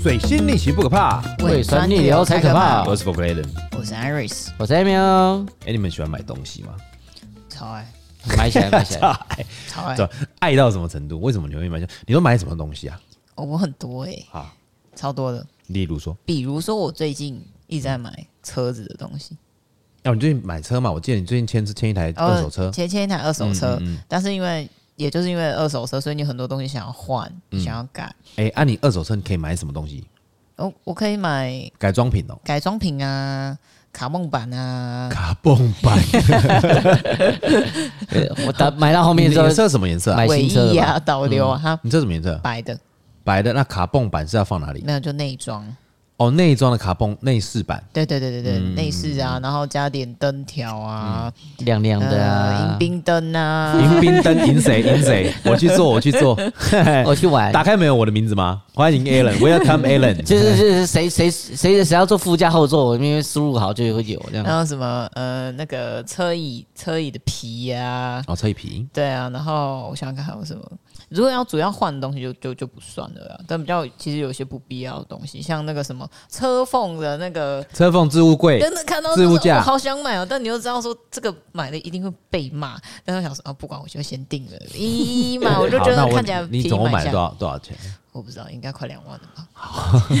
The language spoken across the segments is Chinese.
水星逆袭不可怕，胃酸逆流哦才可怕我是 f o r l a d e n 我是 Iris，我是 a m i 哎，你们喜欢买东西吗？超爱买起来，买起来。爱，超爱对，哎吧，爱到什么程度？为什么你会买？你都买什么东西啊？哦我很多哎、啊，超多的。例如说，比如说我最近一直在买车子的东西，要、哦你最近买车嘛？我记得你最近签签一台然后二手车，前前一呃台二手车，嗯嗯嗯但是因为也就是因为二手车，所以你很多东西想要换，想要改。哎、按、你二手车你可以买什么东西？我我可以买改装品哦，改装品啊，卡梦版啊，卡蹦 版， 我打买到后你面之后的，车什么颜色啊买？尾新车的吧翼啊，导流啊，它你车什么颜色？白的白的。那卡蹦版是要放哪里？没有就内装，哦，内装的卡蹦内饰版。对对对对对，内饰啊，然后加点灯条啊，亮亮的呃，啊迎，宾灯啊，迎宾灯，迎谁？迎谁？我去做，我去 做。我去 玩打。开没有我的名字吗？欢迎 Alan，Welcome Alan。就是就是谁谁谁谁要坐副驾后座，我因为输入好就会有嗯这然样。后什么呃那个车椅车椅的皮呀、哦，车一皮，对啊，然后我想想看还有什么，如果要主要换的东西就就就不算了啦，但比较其实有些不必要的东西，像那个什么车缝的那个。车缝置物柜，真的看到置就是物架哦好想买哦，但你又知道说这个买了一定会被骂，但是我想说啊，不管我就先定 了，一嘛，我就觉好那得我看起来你便宜总共买啊买了下多来，少多少钱？我不知道应该快两万了吧，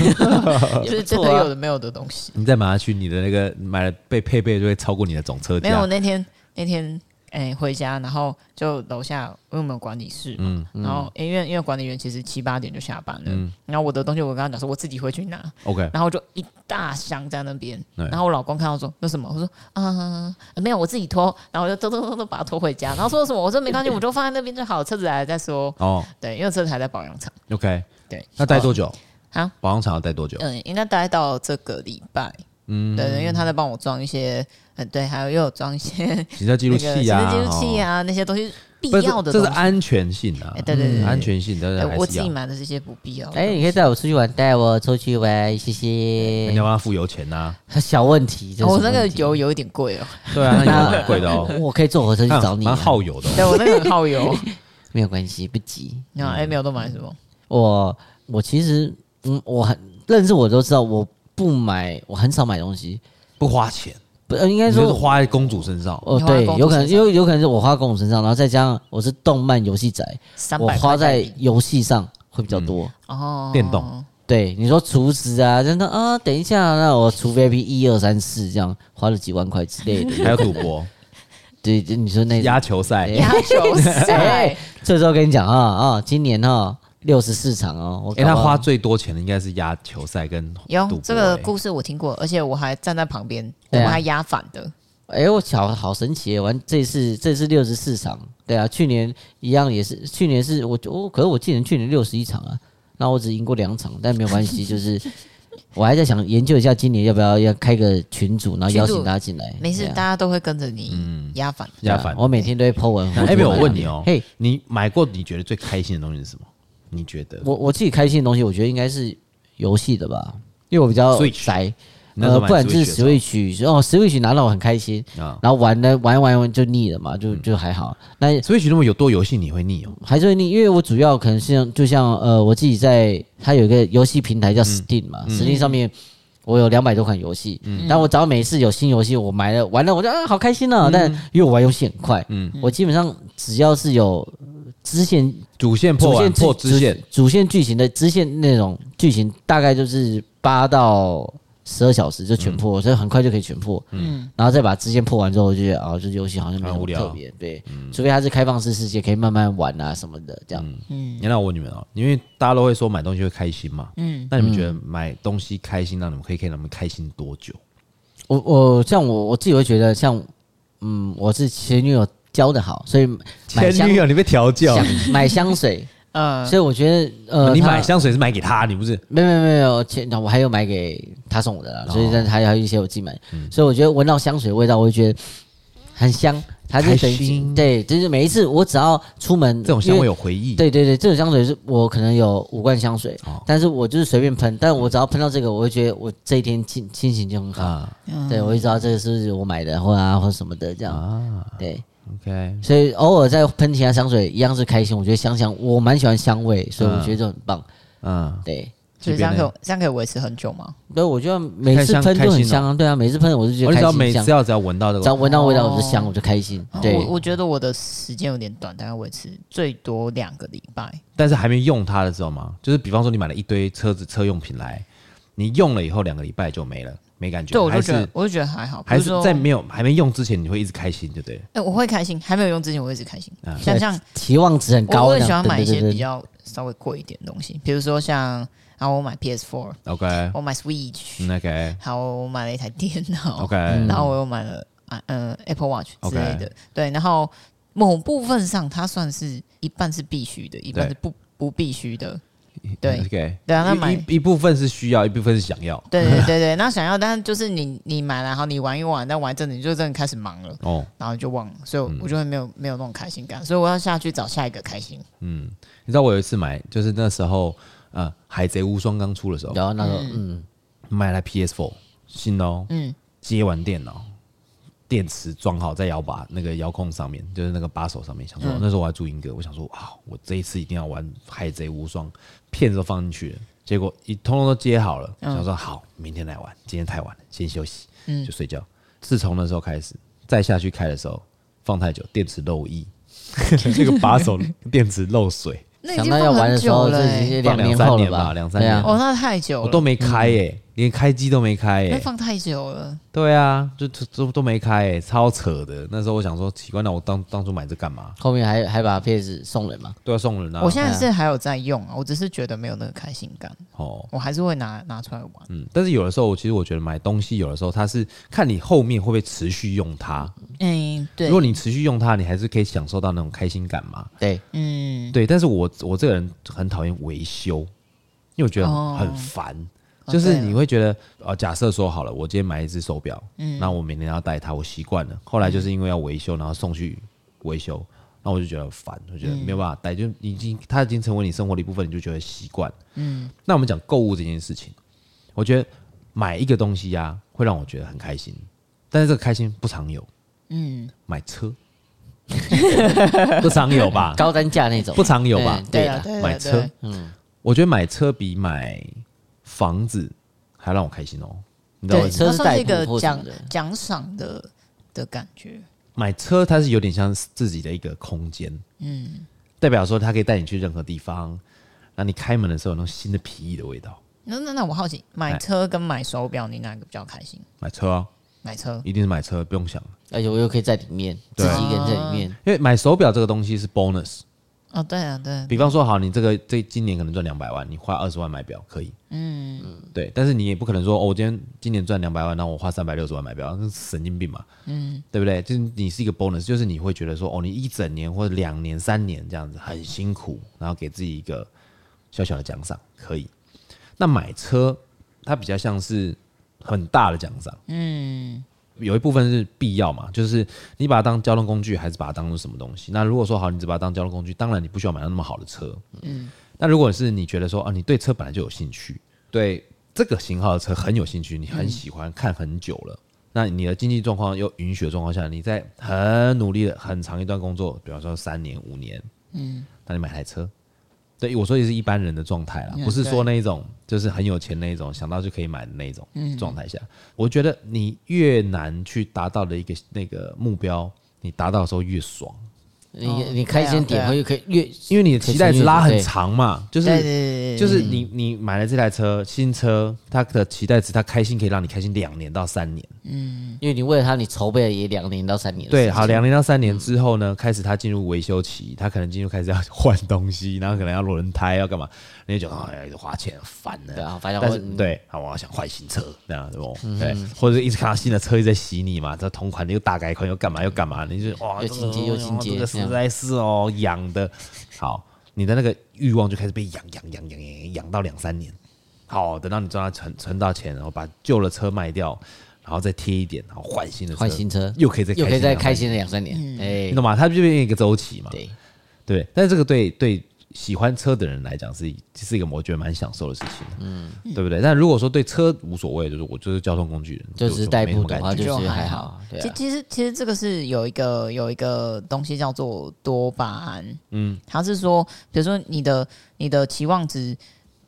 就是也不真错的有啊的没有的东西。你再买下去，你的那个买了被配备就会超过你的总车没有，我价。那天那天哎、回家，然后就楼下因为我们有管理室嘛，然后、哎因为因为管理员其实七八点就下班了，然后我的东西我跟他讲说我自己回去拿， OK，然后就一大箱在那边，对然后我老公看到说那什么，我说啊、没有，我自己拖，然后我就偷偷偷偷把它拖回家，然后说什么我说没关系，我就放在那边就好，车子来了再说，哦对，因为车子还在保养厂， ，OK，对，那待多久？啊？保养厂要待多久？嗯，应该待到这个礼拜。嗯，对对，因为他在帮我装一些，嗯，对，还有又有装一些行车记录器那啊，个行车记录器哦，啊，那些东西必不是要的这东是西。安全性啊哎，对对对对安全性，但是哎还我是自要己。买的这些不必要的。哦哎，你可以带我出去玩，带我出去玩，谢哎你谢要。帮他付油钱 呐？小问题，这是哦我什么那个问题油有一点贵哦， 对啊，那油蛮贵的 哦，我可以坐火车去那找你啊，蛮耗油的哦。对我那个很 耗油。没有关系，不急。你看嗯 a m i 都买什么？我我其实嗯，我很认识我都知道，我不买，我很少买东西。不花钱，不，呃应该你就是说花在公主身上。哦，你花在对公，主有可能，身上有有可能是我花公主身上，然后再加上我是动漫游戏宅，三我百花在游戏上会比较多。嗯哦，电动对，你说厨师啊，真的啊，等一下，那我除 VIP 一二三四这样花了几万块之 类的。还有赌博、对，就你说那压球赛，哎压球 赛哎，这时候跟你讲啊啊，今年哈六十四场哦，我哎、搞他不好花最多钱的应该是压球赛跟有赌博这个哎故事我听过，而且我还站在旁边，我对啊们还压反的。哎、我巧好神奇耶！玩这次这次六十四场，对啊，去年一样也是，去年是我我、可是我记得去年六十一场啊，那我只赢过两场，但没有 关系，就是我还在想研究一下今年要不要要开个群组，然后邀群请组大家进哎来。没事，对啊大家都会跟着你压反。对啊压反。我每天都会 po 文。那 a b 我问你哦、嘿，你买过你觉得最开心的东西是什么？你觉得？我我自己开心的东西，我觉得应该是游戏的吧，因为我比较 Switch 宅，呃你那时候买不管是 Switch 的时 Switch 哦，Switch 拿到我很开心，候啊然后玩呢玩一玩一玩就腻了嘛，就就还好。那，Switch 那么有多游戏你会腻哦、还是会腻，因为我主要可能像就像呃，我自己在它有一个游戏平台叫 Steam 嘛、s t e a m 上面我有两百多款游戏，但我只要每次有新游戏我买了玩了，我就啊好开心哦。但因为我玩游戏很快，我基本上只要是有支线、主线破主完线破支线，、主线剧情的支线那种剧情，大概就是八到。十二小时嗯就全破，所以很快就可以全破。嗯，然后再把支线破完之后，我就觉得哦，这游戏好像没有很无聊嗯特别。对，除非它是开放式世界，可以慢慢玩啊什么的，这样。那、我问你们哦、因为大家都会说买东西会开心嘛，嗯，那你们觉得买东西开心，让你们可以可以让你们开心多久？我我像我我自己会觉得像，嗯，我是前女友教的好，所以买香啊友，你被调教香买香水，嗯，所以我觉得呃，哦你她买香水是买给他，你不是？没有没有没有前我还有买给她送我的啦，所哦以但还有一些我自己买，嗯所以我觉得闻到香水的味道，我就觉得很香，它就等开心于对，就是每一次我只要出门，这种因香为味有回忆，对对对，这种香水是我可能有五罐香水，哦但是我就是随便喷，但我只要喷到这个，我会觉得我这一天心心情就很好。啊嗯对，我就知道这个是不是我买的，或啊或什么的这样。啊对， ，OK，所以偶尔在喷其他香水一样是开心。我觉得香香，我蛮喜欢香味，所以我觉得就很棒。嗯、对，所以这样可以这样可以维持很久吗？对，我觉得每次开箱喷都很开心哦香啊，对啊，每次喷我就觉我得只开要心每香，次只要只要闻到这要个，闻到味道我就香，哦我就开心。对，我我觉得我的时间有点短，大概维持最多两个礼拜。但是还没用它的时候嘛，就是比方说你买了一堆车子车用品来，你用了以后两个礼拜就没了，没感觉，对，我就还觉得是我就觉得还好，还比是如说在没有还没用之前，你会一直开心，对不对了？哎、我会开心，还没有用之前我会一直开心。像像期望值嗯很我高。我这也样喜欢买一对些对对比较稍微贵一点的东西，比如说像啊，我买 PS4， OK，我买 Switch，、嗯 OK 好，我买了一台电脑 OK， 然嗯后我又买了啊呃 Apple Watch 之 OK 类的。对，然后某部分上它算是一半是必须的，一半对是不不必须的。对嗯 OK，对啊那一买一一部分是需要，一部分是想要对对对 对，那想要，但是就是你你买了，然后你玩一玩，但玩一阵子你就真的开始忙了，哦。然后你就忘了，所以嗯我我就会没有、没有那种开心感，所以我要下去找下一个开心。你知道我有一次买，就是那时候呃《海贼无双》刚出的时候，然后那个嗯，买来 PS4 新的哦，嗯接完电脑，电池装好在摇把那个遥控上面，就是那个把手上面，想说、那时候我还注音哥，我想说啊，我这一次一定要玩《海贼无双》，片子都放进去了，结果一通通都接好了，想说好，明天来玩，今天太晚了，先休息，就睡觉。自从那时候开始，再下去开的时候放太久，电池漏液，那个把手电池漏水，那已想经到要放玩的很时久候，了、这已欸，经放年两三后了年吧两三对啊年哦，那太久我了，都没开耶、连开机都没开耶、那放太久了。对啊，就都都都没开、欸，超扯的。那时候我想说，奇怪，那我当当初买这干嘛？后面还还把 PS 送人嘛？都要送人啊。我现在是还有在用啊，嗯我只是觉得没有那个开心感，哦，我还是会拿拿出来玩。嗯，但是有的时候，其实我觉得买东西，有的时候它是看你后面会不会持续用它。嗯，对如果你持续用它，你还是可以享受到那种开心感嘛。对，嗯，对，但是我我这个人很讨厌维修，因为我觉得哦很烦。哦就是对你会觉得，呃，假设说好了，我今天买一只手表，嗯，那我每年要戴它，我习惯了。后嗯来就是因为要维修，然后送去维修，那我就觉得很烦，我觉得嗯没有办法戴，就已经它已经成为你生活的一部分，你就觉得习惯。嗯，那我们讲购物这件事情，我觉得买一个东西呀、会让我觉得很开心，但是这个开心不常有。嗯，买车 不常有吧？高单价那种啊不常有吧嗯？对啊啊，对啊买车，嗯，我觉得买车比买房子还让我开心哦。你知道为对，什么？它车是算是代一步个或什么奖的奖赏的的感觉。买车它是有点像自己的一个空间，嗯，代表说它可以带你去任何地方。那你开门的时候有那种新的皮衣的味道。那那那我好奇，哎买车跟买手表，你哪个比较开心？买车啊，买车，一定是买车，不用想。而且我又可以在里面自对啊己一个人在里啊面，因为买手表这个东西是 bonus，嗯哦，对啊，对啊，比方说好，你这个这今年可能赚两百万，你花二十万买表可以，嗯，对。但是你也不可能说，哦，我今天今年赚两百万，那我花三百六十万买表，那是神经病嘛，嗯，对不对？就是你是一个 bonus，就是你会觉得说，哦，你一整年或者两年、三年这样子很辛苦，然后给自己一个小小的奖赏，可以。那买车，它比较像是很大的奖赏，嗯。有一部分是必要嘛，就是你把它当交通工具，还是把它当做什么东西？那如果说好，你只把它当交通工具，当然你不需要买到那么好的车，那如果是你觉得说啊，你对车本来就有兴趣，对这个型号的车很有兴趣，你很喜欢，看很久了，那你的经济状况又允许的状况下，你在很努力的很长一段工作，比方说三年五年，嗯，那你买台车。对，我说的是一般人的状态啦，嗯不是说那一种就是很有钱那一种，想到就可以买的那一种状态下，我觉得你越难去达到的一个那个目标，你达到的时候越爽，你哦你开间对啊对啊点会可以越因为你的期待值拉可很以乘以对长嘛，就是对对对对就是你你买了这台车新车，它的期待值，它开心可以让你开心两年到三年，因为你为了它，你筹备了也两年到三年。对，啊好，，两年到三年之后呢，开始它进入维修期，它可能进入开始要换东西，然后可能要轮胎要干嘛，你就觉得啊，哎花钱烦对的。啊，反正但是我对，好，我要想换新车，这样对不？嗯对，或者一直看到新的车一直在洗你嘛，这同款的又大改款又干嘛又干嘛，你就哇，哦又进阶又进阶这个这实样在是哦，养的好，你的那个欲望就开始被养养养养养养到两三年。好，等到你赚到存存到钱，然后把旧的车卖掉，然后再贴一点，然后换新的车，换新车又可以再又可以再两开三心了两三年。嗯年，哎你，懂吗？它就变成一个周期嘛。对，对，但是这个对对喜欢车的人来讲是一是一个我觉得蛮享受的事情，嗯，对不对？但如果说对车无所谓，就是我就是交通工具人，就只是代步的话，就就觉是就还还好。对其啊，其实其实这个是有一个有一个东西叫做多巴胺，嗯，它是说，比如说你的你的期望值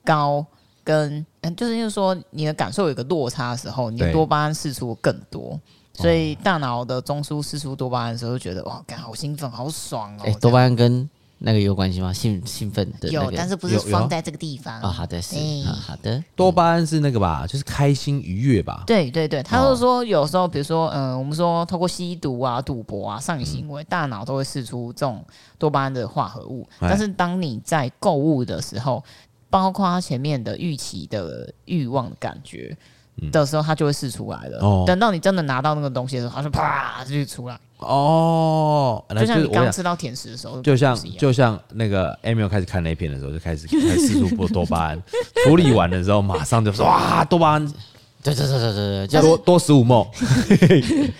高，跟嗯，就是就是说你的感受有一个落差的时候，你的对多巴胺释出更哦多，所以大脑的中枢释出多巴胺的时候，就觉得哇，感好兴奋，好爽哦。哎，多巴胺跟那个有关系吗？兴兴奋的这那样有，个但是不是有有啊放在这个地方哦，好的是哎啊，好的，多巴胺是那个吧，就是开心愉悦吧。对对对，他就哦说有时候，比如说，嗯、我们说透过吸毒啊、赌博啊、上瘾行嗯为，大脑都会释出这种多巴胺的化合物。哎但是当你在购物的时候，包括它前面的预期的欲望的感觉的时候，它就会释出来了。嗯哦等到你真的拿到那个东西的时候，它就啪就出来，哦，那就像是你我想刚吃到甜食的时候，就像是一样就像那个 Emil 开始看那片的时候，就开始 开始释出波多巴胺，处理完的时候马上就说哇，多巴胺对对对对对对，多就多十五梦，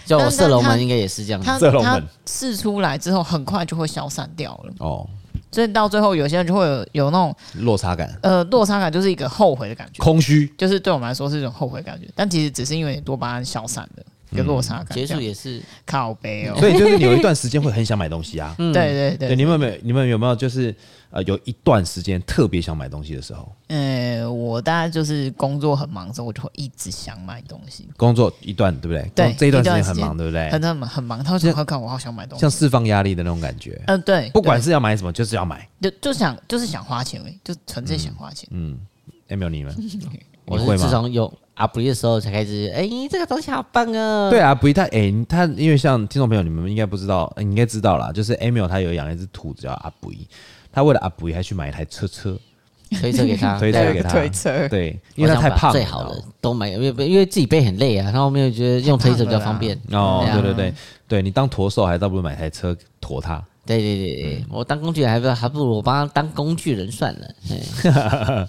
就我但是射龙它门应该也是这样子，它这种它人释出来之后，很快就会消散掉了。哦，所以到最后，有些人就会有有那种落差感，呃落差感，就是一个后悔的感觉。空虚，就是对我们来说是一种后悔感觉，但其实只是因为多巴胺消散了，跟落差感这嗯结样、束也是靠背哦，所以就是你有一段时间会很想买东西啊。对对，对对，你们有没有你们有没有就是呃有一段时间特别想买东西的时候，呃，我大概就是工作很忙的时候，我就会一直想买东西，工作一段对不对？对工这一段时间一段时很间忙，对不对？很很忙很忙，他会说：“何看我好想买东西。像释放压力的那种感觉”。嗯，对，不管是要买什么，就是要买。对就就想就是想花钱而已，就纯粹想花钱。嗯，Emil 你们， 你我会是自吗？从有阿布力的时候才开始，哎、这个东西好棒啊！对啊，不太哎、他因为像听众朋友，你们应该不知道，呃你应该知道啦，就是 Emil 他有养了一只兔子叫阿布伊，他为了阿布伊还去买一台车车，推车给他，推车给他，推车对，因为他我想太把胖了，最好的都买，因为因为自己背很累啊，然后后面觉得用推车比较方便。哦，对啊对对对，对你当驼兽还倒不如买台车驮他。对对对对，我当工具人还不还不如我帮他当工具人算了。哎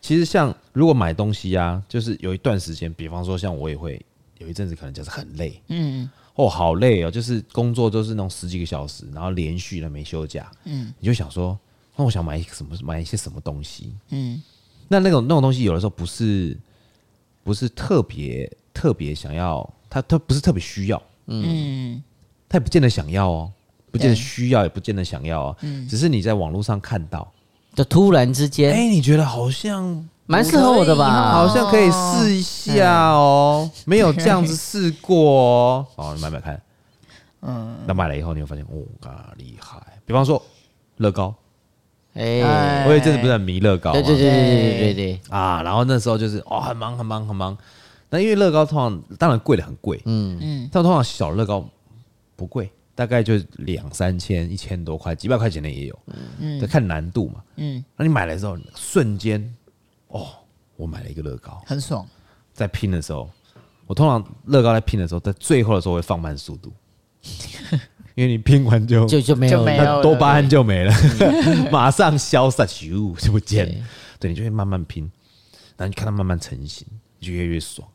其实像如果买东西啊，就是有一段时间，比方说像我也会有一阵子可能就是很累，嗯，哦好累哦，就是工作都是那种十几个小时，然后连续的没休假，嗯，你就想说，那我想买一个什么买一些什么东西，嗯，那那种那种东西有的时候不是不是特别特别想要，它它不是特别需要，嗯，它也不见得想要哦。不见得对需要，也不见得想要哦，只是你在网络上看到，就突然之哎、间，你觉得好像蛮适合我的吧？好像可以试一下哦，没有这样子试过 哦。哦，你买买看，嗯，那买了以后你会发现，哦，啊，厉害！比方说乐高，哎，哎我有一阵子不是很迷乐高吗？对对对对对对对对，啊，然后那时候就是哦，很忙很忙很忙。那因为乐高通常当然贵的很贵，嗯嗯，但通常小乐高不贵，大概就两三千、一千多块、几百块钱的也有，嗯，看难度嘛，嗯。那你买了之后，瞬间，哦，我买了一个乐高，很爽，在拼的时候，我通常乐高在拼的时候，在最后的时候会放慢速度， 因为你拼完就就就没有就没它有了多巴胺就没了， 马上消散，咻就不见了。对，你就会慢慢拼，然后你看它慢慢成型，你就越来越爽。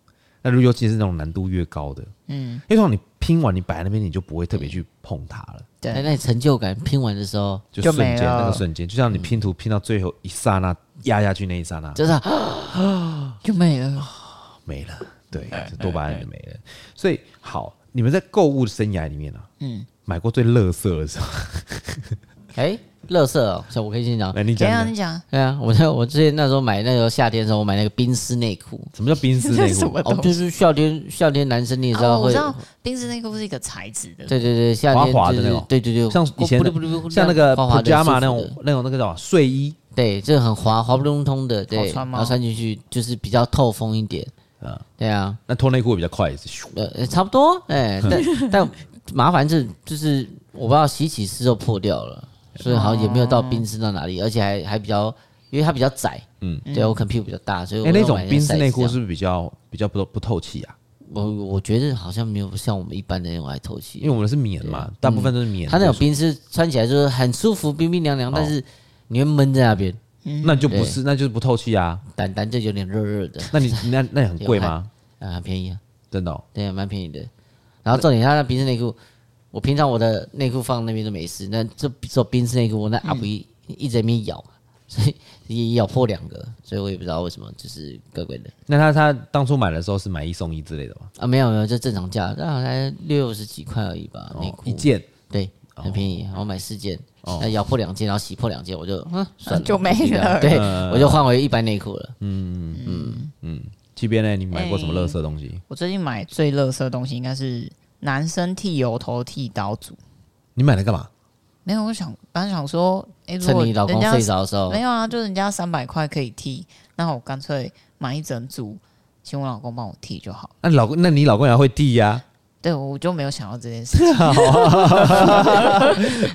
那如尤其是那种难度越高的，嗯，因为通常你拼完你摆在那边，你就不会特别去碰它了，哎，对，那你成就感拼完的时候，就就瞬没间那了嗯个瞬间，就像你拼图拼到最后一刹那压下去那一刹那，就是啊就没了。没了，哎对，这多巴胺就没了。所以好，你们在购物生涯里面呢、啊，嗯，买过最乐色的时 候，哎，乐色哦，像我可以先讲。来哎你怎讲样？讲你，讲对啊，我在我之前那时候买那时候夏天的时候，我买那个冰丝内裤，什么叫冰丝内这是什裤么？哦，就是夏天夏天男生你也知道哦，我会知道冰丝内裤是一个材质的，对对对，夏天滑滑的就是那种对对哦对，像以前咕噜的咕噜咕噜咕噜像那个滑滑的 pajama 那舒服的种那种那个叫什么睡衣，对，这个很滑滑不隆咚的，好对，穿然吗后穿进去就是比较透风一点，嗯啊，对啊，那脱内裤会比较快，是咻呃，呃差不多， 哎，但但麻烦是就是我不知道洗起丝就破掉了，所以好像也没有到冰丝到哪里，而且还还比较，因为它比较窄，嗯，对我可能屁股比较大，所以我哎，那又种买冰丝内裤 size 是这不样，是比较比较不不透气啊？我我觉得好像没有像我们一般的那种爱透气，因为我们是棉嘛，大部分都是哦棉，嗯它那种冰丝穿起来就是很舒服，冰冰凉凉，但是你会闷在那边，那就不是，那就是不透气啊。胆胆就有点热热的， 那你那那也很贵吗？啊，很便宜啊，真的哦对，蛮便宜的。然后重点，它那冰丝内裤，我平常我的内裤放那边都没事，那这这冰丝内裤，我那嗯阿布一一直在那边咬，啊所以也咬破两个，所以我也不知道为什么，就是怪怪的那他他当初买的时候是买一送一之类的吗？啊，没有没有，就正常价，那才六十几块而已吧，内哦，裤一件哦对，很便宜，我买四件，那咬破两件，然后洗破两件，我就嗯算了，就没了对，呃我就换回一般内裤了。嗯这边呢，你买过什哎么垃圾东西？我最近买最乐色的东西应该是男生剃油头剃刀组，你买来干嘛？没有，我想本来想说，哎、如趁果你老人公家睡着的时候没，有啊，就人家三百块可以剃，那我干脆买一整组，请我老公帮我剃就好。那你老公，那你老公也会剃呀？对，我就没有想到这件事情。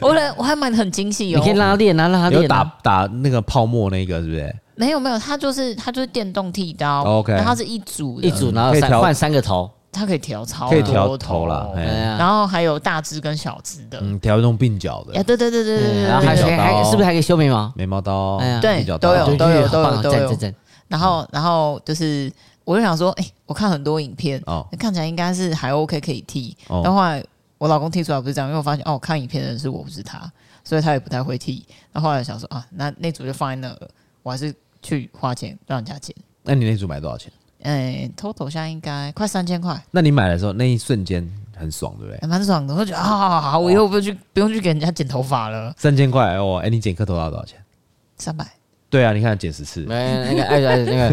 我来我还买的很精细你哦可以，拉链啊，拉有链打啊，打那个泡沫那个，是不是？没有没有，它就是它就是电动剃刀 OK 然后它是一组的一组，然后可以三调换三个头，它可以调超可以多调头头啦，对哎，啊，然后还有大只跟小只的，嗯，调那种鬓角哎、的对对对对对对，啊然后还对有还还是不是还可以修眉毛？眉毛刀，哎呀对鬓角刀都有对都有对好棒都有赞都有赞赞然后，然后就是，我就想说，哎、我看很多影片，哦看起来应该是还 OK 可以剃。哦但后来我老公剃出来不是这样，因为我发现哦，我看影片的人是我，不是他，所以他也不太会剃。然后后来想说啊，那那组就放在那了，我还是去花钱让人家剪。那你那组买多少钱？哎、偷 t o 下应该快三千块，哎那你买的时候那一瞬间很爽，对不对？还蛮爽的。我就觉得啊，好好好，我以后不用去哦不用去给人家剪头发了，三千块哦，哎，你剪颗头发多少钱？三百。对啊，你看剪十次，没那个哎哎那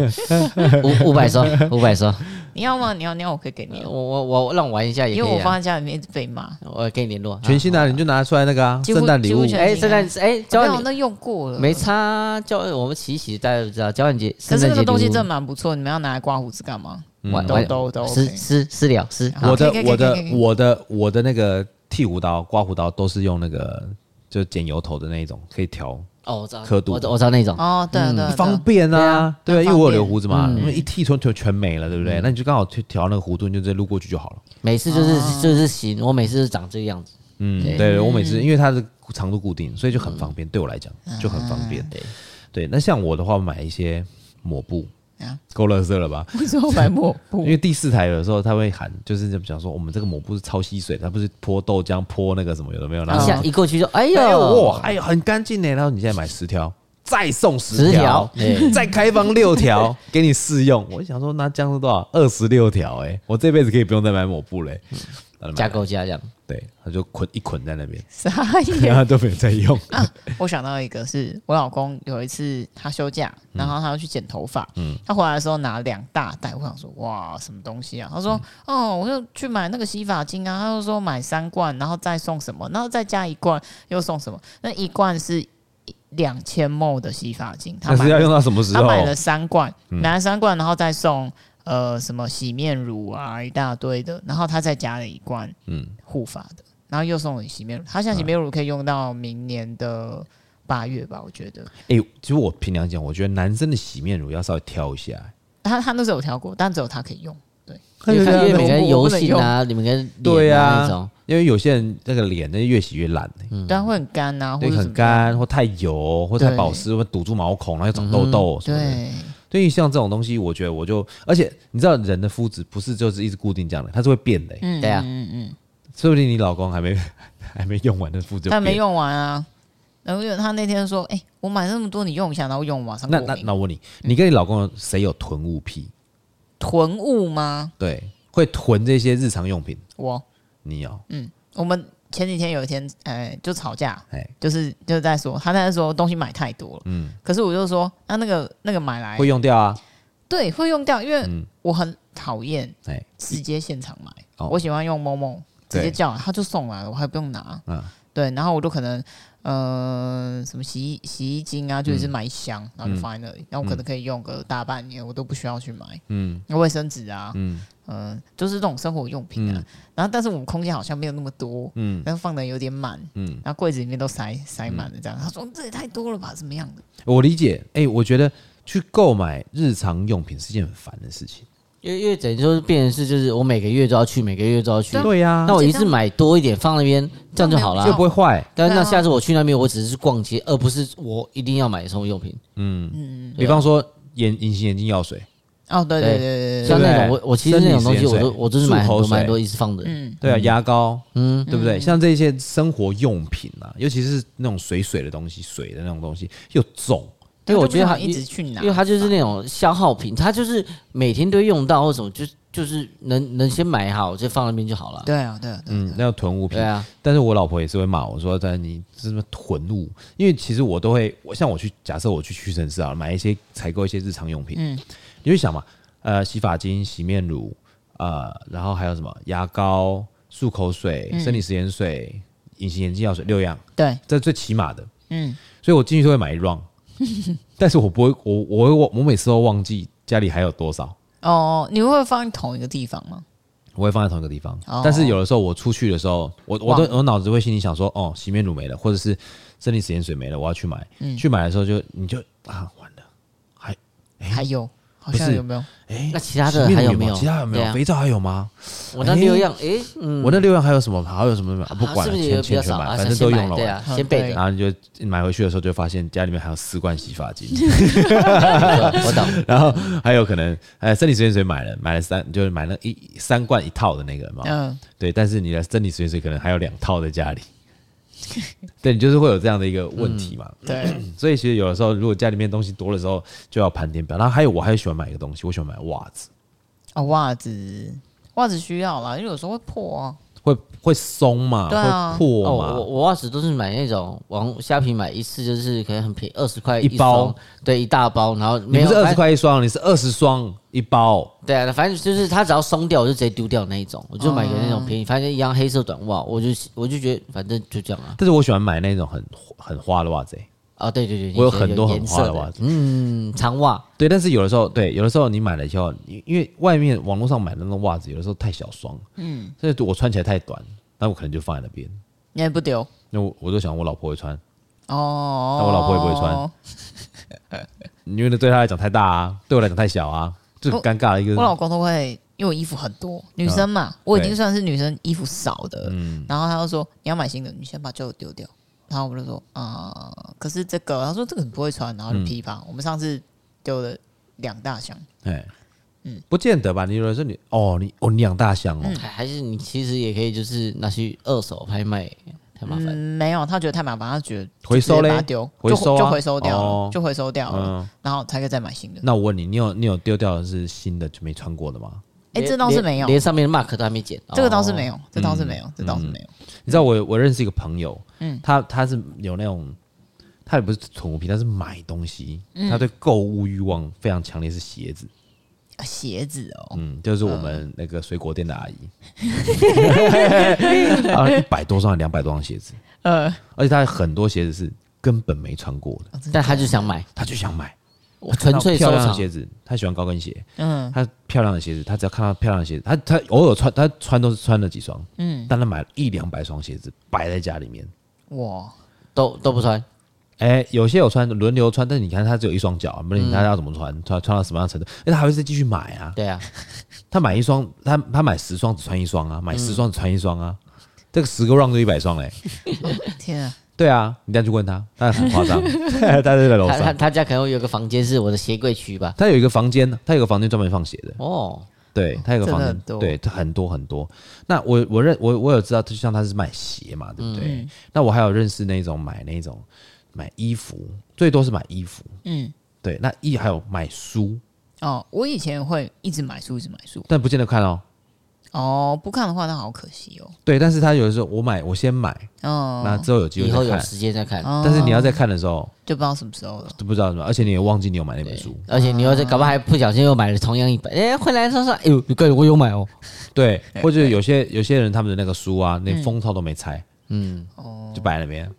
个五五百收五百收，你要吗？你要你要，我可以给你我，我我让我玩一下哦也因为可我以放啊，在家里面一直被骂，我给你联络。全新的啊你就拿出来那个啊，几乎圣诞礼物几乎全哎，圣诞哎没交有换那用过了，没差啊，交我们洗一洗，大家都知道交换节可圣是诞那节个东西礼真的物蛮不错，你们要拿来刮胡子干嘛？玩都玩都都私 OK 私私聊私好我的可以可以我可以可的以可以我的我的那个剃胡刀、刮胡刀都是用那个就剪油头的那一种，可以调，哦，我知道刻度我知我知道那种哦，对啊对啊，对啊嗯 方便啊，对啊，很因为我有留方便胡子嘛，因为一剃全全全没了，对不对？那你就刚好去调那个弧度，你就直接撸过去就好了。每次哦就是就是型，我每次是长这个样子。嗯，对我每次因为它的长度固定，所以就很方便，对我来讲就很方便。对对，那像我的话，买一些抹布啊。够乐色了吧？为什么买抹布因？为第四台有的时候他会喊，就是就讲说哦我们这个抹布是超吸水的，它不是泼豆浆泼那个什么有的没有？然一后下一过去就哎哎呦，呦哇，，哎呦，很干净呢。然后你现在买十条，再送10十条 对，再开放六条 给你试用。我想说，那这样是多少？二十六条哎，我这辈子可以不用再买抹布嘞。然后买加购加这样，对，他就捆一捆在那边， 傻然眼！后都没有再用。我想到一个是，我老公有一次他休假，嗯然后他要去剪头发，他回来的时候拿两大袋，我想说哇，什么东西啊？他说嗯哦，我就去买那个洗发精啊，他就说买三罐，然后再送什么，然后再加一罐又送什么，那一罐是两千 ml 的洗发精，他但买是要了用到什么时他候？嗯买了三罐，买了三罐，然后再送呃什么洗面乳啊一大堆的，然后他再加了一罐嗯护发的，然后又送了洗面乳。他现在洗面乳可以用到明年的八月吧，我觉得。哎、其实我凭良心讲，我觉得男生的洗面乳要稍微挑一下、他他那时候有调过，但只有他可以用。对，因为看因为每个人我油不能性啊，你们跟脸对啊啊那种，因为有些人那个脸那越洗越烂、欸，对啊，会很干啊，或对，者很怎么样。干或太油或太保湿，会堵住毛孔，然后又长痘痘什么的。嗯对，对于像这种东西，我觉得我就，而且你知道人的肤质不是就是一直固定这样的，它是会变的、欸嗯对啊嗯嗯，说不定你老公还没 还没用完的肤质就他没变。用完啊。然后因为他那天说：“哎、我买那么多，你用一下，然后用完上那过那敏那我问你，你跟你老公谁有囤物癖？囤物吗？对，会囤这些日常用品，我你有？我们前几天有一天，呃，就吵架，哎，就是就是在说，他在说东西买太多了，嗯，可是我就说，啊那那个那个买来会用掉啊，对会用掉，因为嗯我很讨厌哎，直接现场买，哦我喜欢用某某直对接叫他就送来了，我还不用拿，嗯对，然后我就可能呃什么洗衣洗衣精啊，就一直买一箱，然后嗯就放在那里，然后我可能可以用个大半年，我都不需要去买嗯卫生纸啊，嗯嗯、就是这种生活用品啊，然后但是我们空间好像没有那么多，嗯但是放的有点满，嗯，然后柜子里面都塞塞满了这样。他说嗯这也太多了吧，怎么样的？我理解。哎，我觉得去购买日常用品是件很烦的事情。因为因为等于说是变成是就是我每个月都要去，每个月都要啊去，对呀那，我一这次样买多一点放那边，这样就好又了不。会坏。但是那对啊下次我去那边，我只是逛街，而不是我一定要买生活用品。比方说眼隐形眼镜药水，哦，对对对对对对像不那对种我我其实生理那种东食西盐我都水我就是买很漱口多水蛮多一直放的。嗯，对啊，牙膏，嗯嗯，对不对？像这些生活用品啊，尤其是那种水水的东西，水的那种东西又重，因为我觉得它一直去拿，因为它就是那种消耗品，它就是每天都会用到或什么，就就是能能先买好，就放那边就好了。对啊，对啊，对啊嗯，那要囤物品对。啊，但是我老婆也是会骂我说：“但你是不是囤物？”因为其实我都会，我像我去假设我去屈臣氏啊，买一些采购一些日常用品，嗯你会想嘛，呃，洗发精、洗面乳，呃，然后还有什么牙膏、漱口水、生理食盐水、隐形眼镜药水六样，对，这是最起码的。嗯，所以我进去都会买一 round，但是我不会，我我会忘，我每次都忘记家里还有多少。哦，你会放在同一个地方吗？我会放在同一个地方。哦但是有的时候我出去的时候，我我忘都我脑子会心里想说，哦，洗面乳没了，或者是生理食盐水没了，我要去买。嗯去买的时候就你就啊完了，还还有，好不像是有没有？哎，那其他的洗还面乳没有有？其他有没对有？啊肥皂还有吗？我那六样，诶，嗯，我那六样还有什么？还有什么？啊不管是了，不是钱也比钱全较少啊？买，想反正先都买用了对完。啊，先备哦着。然后你就买回去的时候，就发现家里面还有四罐洗发精，我懂，然后还有可能，呃，生理食盐水买了，买了三，就是买了一三罐一套的那个嘛，嗯，对，但是你的生理食盐水可能还有两套在家里， 对你就是会有这样的一个问题嘛。嗯嗯对，所以其实有的时候，如果家里面东西多的时候，就要盘点表。然后还有，我还喜欢买一个东西，我喜欢买袜子，啊，袜子，袜子需要啦，因为有时候会破啊。会会松嘛，对啊会哦，破嘛。我我袜子都是买那种往虾皮买一次，就是可能很便宜，二十块一包双，对，一大包，然后你不没有是二十块，块一双，你是二十双一包。对啊，反正就是它只要松掉，我就直接丢掉那一种，我就买个那啊种便宜，反正一样黑色短袜，我就我就觉得反正就这样啊。但是我喜欢买那种很很花的袜子、欸，啊，对对对，我有你觉得很多很颜色花的袜子。嗯，长袜，对，但是有的时候，对，有的时候你买了以后，因因为外面网络上买的那种袜子，有的时候太小双，嗯，所以我穿起来太短，那我可能就放在那边。你哎也不丢那我我就想我老婆会穿，哦，那我老婆也不会穿。因为那对她来讲太大啊，对我来讲太小啊，就很尴尬的一个。哦我老公都会，因为我衣服很多，女生嘛，嗯我已经算是女生衣服少的。然后他就说你要买新的，你先把旧的丢掉。然后我就说啊、可是这个，他说这个你不会穿，然后就嗯批发。我们上次丢了两大箱，哎，嗯不见得吧？你有的时候你哦，你哦，你养大箱哦，还还是你其实也可以就是拿去二手拍卖，太麻烦。嗯，没有，他觉得太麻烦，他觉得回收直接把嘞它，丢，回收啊就就回收掉了，哦就回收掉了，嗯。然后才可以再买新的。那我问你，你有你有丢掉的是新的就没穿过的吗？哎、连这倒是没有连，连上面的 mark 都还没剪。这个倒是哦没有，这倒是嗯没有，这倒是没有。你知道我我认识一个朋友，嗯他他是有那种，他也不是囤物品，他是买东西，嗯他对购物欲望非常强烈，是鞋子，啊鞋子哦，嗯，就是我们那个水果店的阿姨，嗯啊，一百多双、两百多双鞋子，呃，而且他很多鞋子是根本没穿过的，但他就想买，他就想买，我纯粹漂收亮的藏。鞋子，他喜欢高跟鞋，嗯他漂亮的鞋子，他只要看到漂亮的鞋子，他他偶尔穿，他穿都是穿了几双，嗯，但他买了一两百双鞋子摆在家里面。我都都不穿，哎、有些有穿轮流穿，但是你看他只有一双脚，不是你看他要怎么穿，穿穿到什么样的程度，哎、他还会再继续买啊。对啊，他买一双，他他买十双只穿一双嗯啊，买十双只穿一双啊，这个十个 round 就一百双嘞。 天啊，对啊，你再去问他，他很夸 张，他在楼他他上，他家可能有个房间是我的鞋柜区吧。他有一个房间，他有个房间专门放鞋的，哦，对他有个真房的很间，多对他很多很多。那我我认我我有知道，就像他是卖鞋嘛，对不嗯对？那我还有认识那种买那种买衣服，最多是买衣服，嗯，对，那一还有买书，哦，我以前会一直买书，一直买书。但不见得看哦。哦，不看的话，那好可惜哦。对，但是他有的时候我买，我先买，那嗯，之后有机以会后再有看。时间再看，哦但是你要再看的时候，就不知道什么时候了。都不知道什么，而且你也忘记你有买那本书。而且你又再搞不好还不小心又买了同样哦一本，哎，回来说说，哎呦，你哥我有买哦，对，或者有些有些人他们的那个书啊，连封套都没拆，嗯，就摆在那边。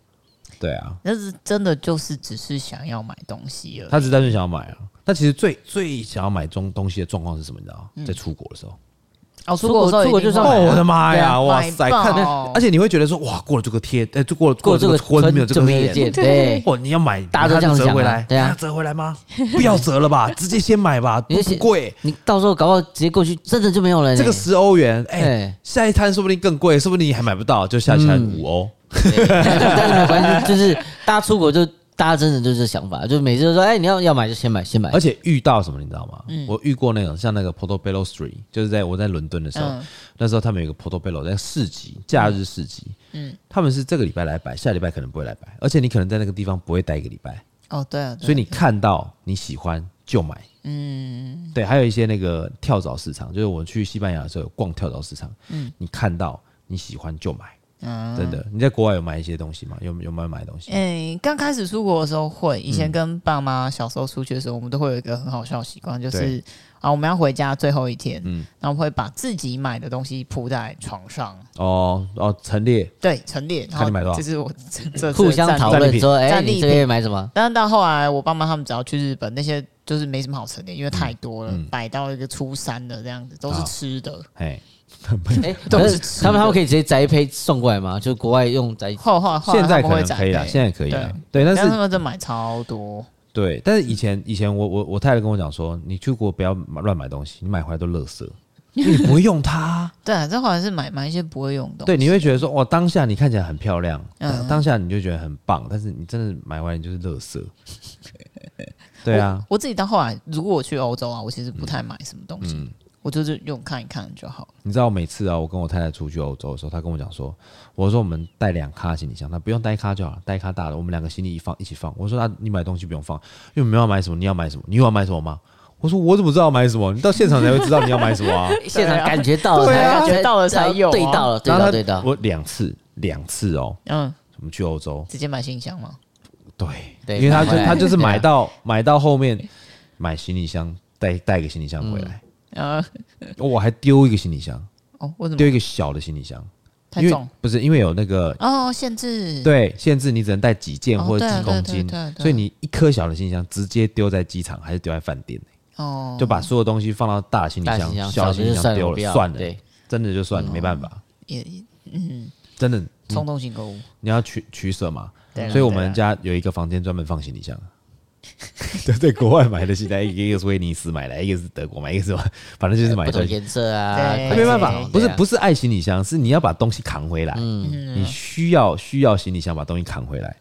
对啊，但是真的就是只是想要买东西而已。他只是单纯想要买啊。但其实最最想要买中东西的状况是什么？你知道嗯吗？在出国的时候，哦，出国的时候出国一定出国哦，会买就上来我的妈对呀，啊哇塞，买爆看那，而且你会觉得说，哇，过了这个贴，哎，就过了过过了这这个个婚，没有这这个么一脸件，对，哦，你要买，大家都这样你还折想啊回来，对啊你还折回来吗？不要折了 吧，直接先买吧，你不先不贵，你到时候搞不好直接过去，真的就没有了呢。这 个十欧元，哎、哎嗯下一摊说不定更贵，说不定你还买不到，就下一摊五欧。对但是没关系，就是大家出国就大家真的就是想法，就每次都说，哎，你要要买就先买，先买而。且遇到什么你知道吗？嗯我遇过那种像那个 Portobello Street，就是在我在伦敦的时候，嗯那时候他们有一个 Portobello 在市集，假日市集，嗯，他们是这个礼拜来摆，下礼拜可能不会来摆，而且你可能在那个地方不会待一个礼拜，哦，对啊，对啊所以你看到你喜欢就买，嗯，对，还有一些那个跳蚤市场，就是我去西班牙的时候有逛跳蚤市场，嗯，你看到你喜欢就买，啊真的。你在国外有买一些东西吗？有有没有买东西？哎，刚开始出国的时候会，嗯以前跟爸妈小时候出去的时候，我们都会有一个很好笑的习惯，就是对啊，我们要回家最后一天，嗯然后会把自己买的东西铺在床上，哦哦，陈列对，陈列，然看后你买多少这是我这 这互相讨战利论品说，哎，战利你这个品月买什么？但是到后来，我爸妈他们只要去日本，那些就是没什么好陈列，因为太多了嗯，啊摆、到一个初三的这样子，都是吃的。哎， 哎，都可是是吃他们他们的可以直接宅配送过来吗？就国外用宅后后后来现在他可们会能展可以了，开现在可以对了。对，但但是他是们真买超多，对，但是嗯以前以前我我我太太跟我讲说，你出国不要买乱买东西，你买回来都垃圾， 因为你不会用它啊。对啊，这好像是买买一些不会用的东西。对，你会觉得说，哇，当下你看起来很漂亮，嗯当下你就觉得很棒，但是你真的买回来你就是垃圾。对啊，我自己到后来，如果我去欧洲啊，我其嗯实不太买什么东西，我就是用看一看就好了。你知道每次啊，我跟我太太出去欧洲的时候，她跟我讲说，我说我们带两咖行李箱，她不用带一咖就好了，带一咖大的，我们两个行李一放一起放。我说啊，你买东西不用放，因为我们要买什么，你要买什么，你有要买什么吗？我说我怎么知道买什么？你到现场才会知道你要买什么啊。现场感觉到了对才，啊才感觉到了才有啊对到了，对然后到她对到，我两次两次哦， 嗯，我们去欧洲，直接买新箱嘛。对，对因为他就买回来 他就是对啊买到买到后面买行李箱，带带个行李箱回来，哦呃，嗯我还丢一个行李箱，哦，为什丢么一个小的行李箱，太因为重？不是因为有那个嗯哦，限制。对，限制你只能带几件哦或者对啊几公对斤对对，对所以你一颗小的行李箱直接丢在机场还是丢在饭店，哦，就把所有东西放到大行李大行李箱，箱小小的的行李就箱算丢了，了不要算了，对，真的就算了，没办法，也嗯，真的冲动性购物。你要取取舍嘛对。啦所以我们对家有一个房间专门放行李箱。 对，在国外买的行李箱，一个一个是威尼斯买的，一个是德国买，一个是什么， 反正就是买不东同西。哎颜色啊，对没款式办对法啊，不是不是爱行李箱，是你要把东西扛回来。你需要需要行李箱把东西扛回来。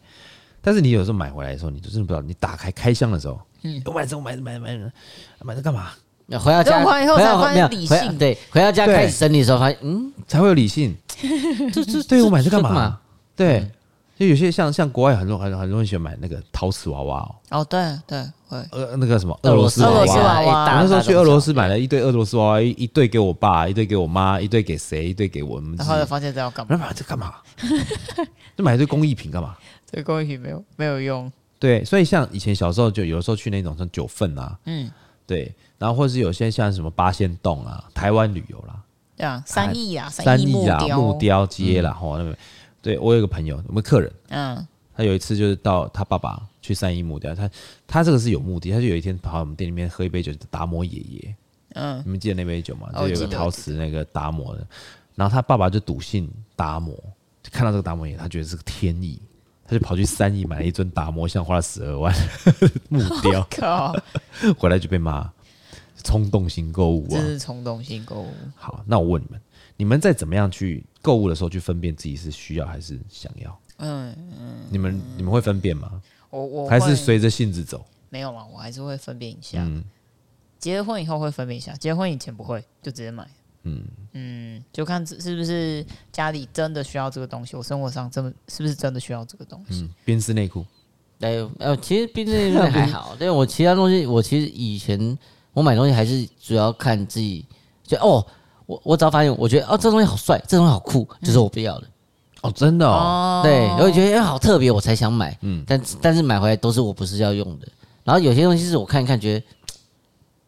但是你有时候买回来的时候，你就真的不知道，你打开开箱的时候，我买这个买这个买这个买这个买这个干嘛？回到家这种话以后回到才发现没有理回性对，回到家对开始整理的时候，发现嗯，才会有理性。这 这对我买 这干这嘛？对，就有些像像国外很多很多很多人喜欢买那个陶瓷娃娃哦，哦，对对会。呃那个什么俄罗斯俄罗斯娃娃娃娃。哎我那时候去俄罗斯买了一堆俄罗斯娃娃，一一堆给我爸，一堆给我妈，一堆给谁，一堆给我们自然己。后就发现这要干我说嘛？买这干嘛？ 就买一堆工艺品干嘛？这个工艺品没有没有用，对，所以像以前小时候就有时候去那种像九份啊，嗯，对，然后或是有些像什么八仙洞啊、台湾旅游啦、对啊，三亿啊，哎三亿义啊、雕，木雕嗯街啦，吼、那边。对我有一个朋友，我们客人，嗯，他有一次就是到他爸爸去三义木雕，他他这个是有目的，他就有一天跑到我们店里面喝一杯酒，达摩爷爷，嗯，你们记得那杯酒吗？就哦有我个记得陶瓷那个达摩的，然后他爸爸就笃信达摩，就看到这个达摩爷，他觉得是个天意，他就跑去三义买了一尊达摩像，花了十二万 木雕， 靠，回来就被骂，冲动型购物这啊。是冲动性购物。好，那我问你们，你们在怎么样去购物的时候去分辨自己是需要还是想要？嗯，你们你们会分辨吗？我我还是会随着性子走？没有啦，我还是会分辨一下。嗯，结了婚以后会分辨一下，结婚以前不会，就直接买。嗯嗯，就看是是不是家里真的需要这个东西，我生活上真的是不是真的需要这个东西？嗯，宾士内裤，对，呃，其实冰镇那还好， 对我其他东西，我其实以前我买东西还是主要看自己，就哦，我我只要发现，我觉得哦，这东西好帅，这东西好酷，就是我不要的，哦，真的哦，哦对，然后觉得哎好特别，我才想买，嗯，但但是买回来都是我不是要用的，然后有些东西是我看一看觉得。嘖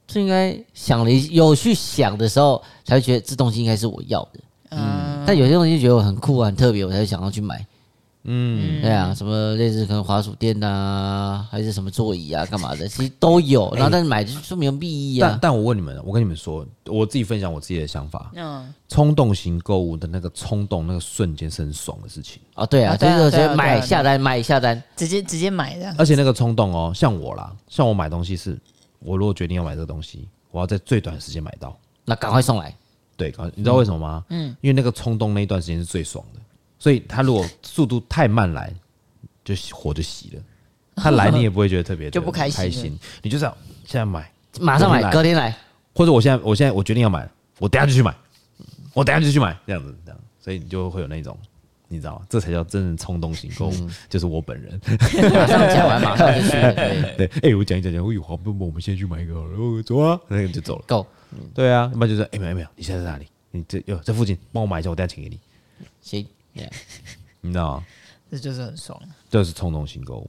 这应该想了一有去想的时候，才会觉得这东西应该是我要的。嗯，但有些东西觉得我很酷、啊、很特别，我才会想要去买。嗯，对啊，什么类似可能滑鼠垫呐、还是什么 座椅啊，干嘛的，其实都有。然后但是买就是没有意义但哎啊。但我问你们，我跟你们说，我自己分享我自己的想法，嗯，冲动型购物的那个冲动，那个瞬间是很爽的事情，哦，对啊，啊就对啊是直对啊接买对啊下单，买下单，直接直接买的，而且那个冲动哦，像我啦，像我买东西是，我如果决定要买这个东西，我要在最短的时间买到。那赶快送来。对，搞你知道为什么吗？嗯，因为那个冲动那一段时间是最爽的，所以他如果速度太慢来，就火就熄了。他来你也不会觉得特别就不开开心了你就是要现在买，马上买，隔隔天来，或者我现在我现在我决定要买，我等下就去买，我等下就去买，这样子这样，所以你就会有那种你知道吗？这才叫真正冲动型购物，就是我本人。马上讲完马上 就去了，对，对， 哎、我讲一讲讲，哎呦，好，不不，我们先去买一个好了，哦走啊，那个就走了。够对啊，要不然就是哎、没有没有，你现在在哪里？你这哟在附近，帮我买一下，我等下请给你，行，yeah，你知道吗？这就是很爽。这是冲动型购物。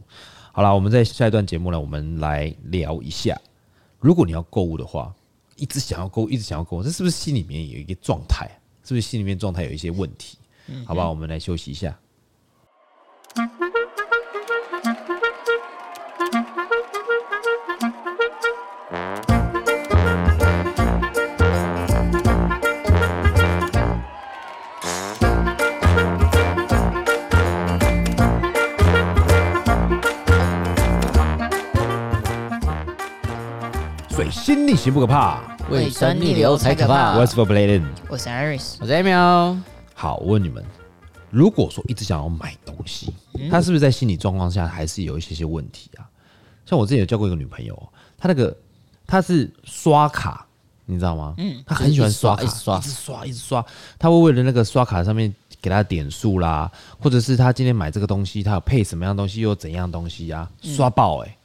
好啦，我们在下一段节目呢，我们来聊一下，如果你要购物的话，一直想要购物，一直想要购物，这是不是心里面有一个状态？是不是心里面状态有一些问题？好不好？我们来休息一下。水星逆行不可怕，胃酸逆流才可怕。我是 For b l a d e n 我是 Iris，我是 a m 好，我问你们，如果说一直想要买东西，他是不是在心理状况下还是有一些些问题啊？像我之前有交过一个女朋友哦，她那个她是刷卡，你知道吗？嗯，她很喜欢刷卡，一直刷一直刷，一直刷。她会为了那个刷卡上面给她点数啦，或者是她今天买这个东西，她有配什么样的东西，又有怎样的东西啊，刷爆哎、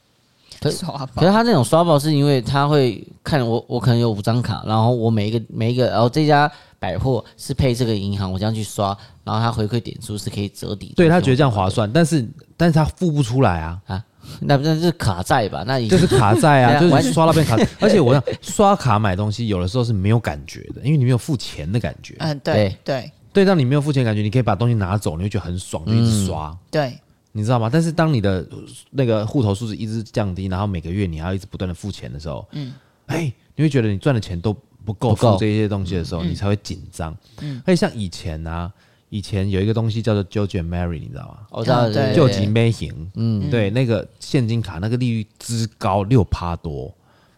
可是刷可爆是他那种刷爆是因为他会看我，我可能有五张卡，然后我每一个每一个，然后这家百货是配这个银行，我这样去刷，然后他回馈点数是可以折抵。对她觉得这样划算，但是但是她付不出来啊。啊，那不那是卡债吧？那已就经是卡债 对啊，啊就完是全刷那边卡，而且我想刷卡买东西，有的时候是没有感觉的，因为你没有付钱的感觉。哎嗯，对对对对，当你没有付钱的感觉，你可以把东西拿走，你会觉得很爽，就一直刷，嗯对，你知道吗？但是当你的呃那个户头数字一直降低，然后每个月你还要一直不断的付钱的时候，嗯，哎，你会觉得你赚的钱都不够不够付这些东西的时嗯候，你才会紧张。而且像以前啊，以前有一个东西叫做 j o j o Mary，你知道吗？我知道啊对救急没行，嗯，对，那个现金卡那个利率之高，六趴多，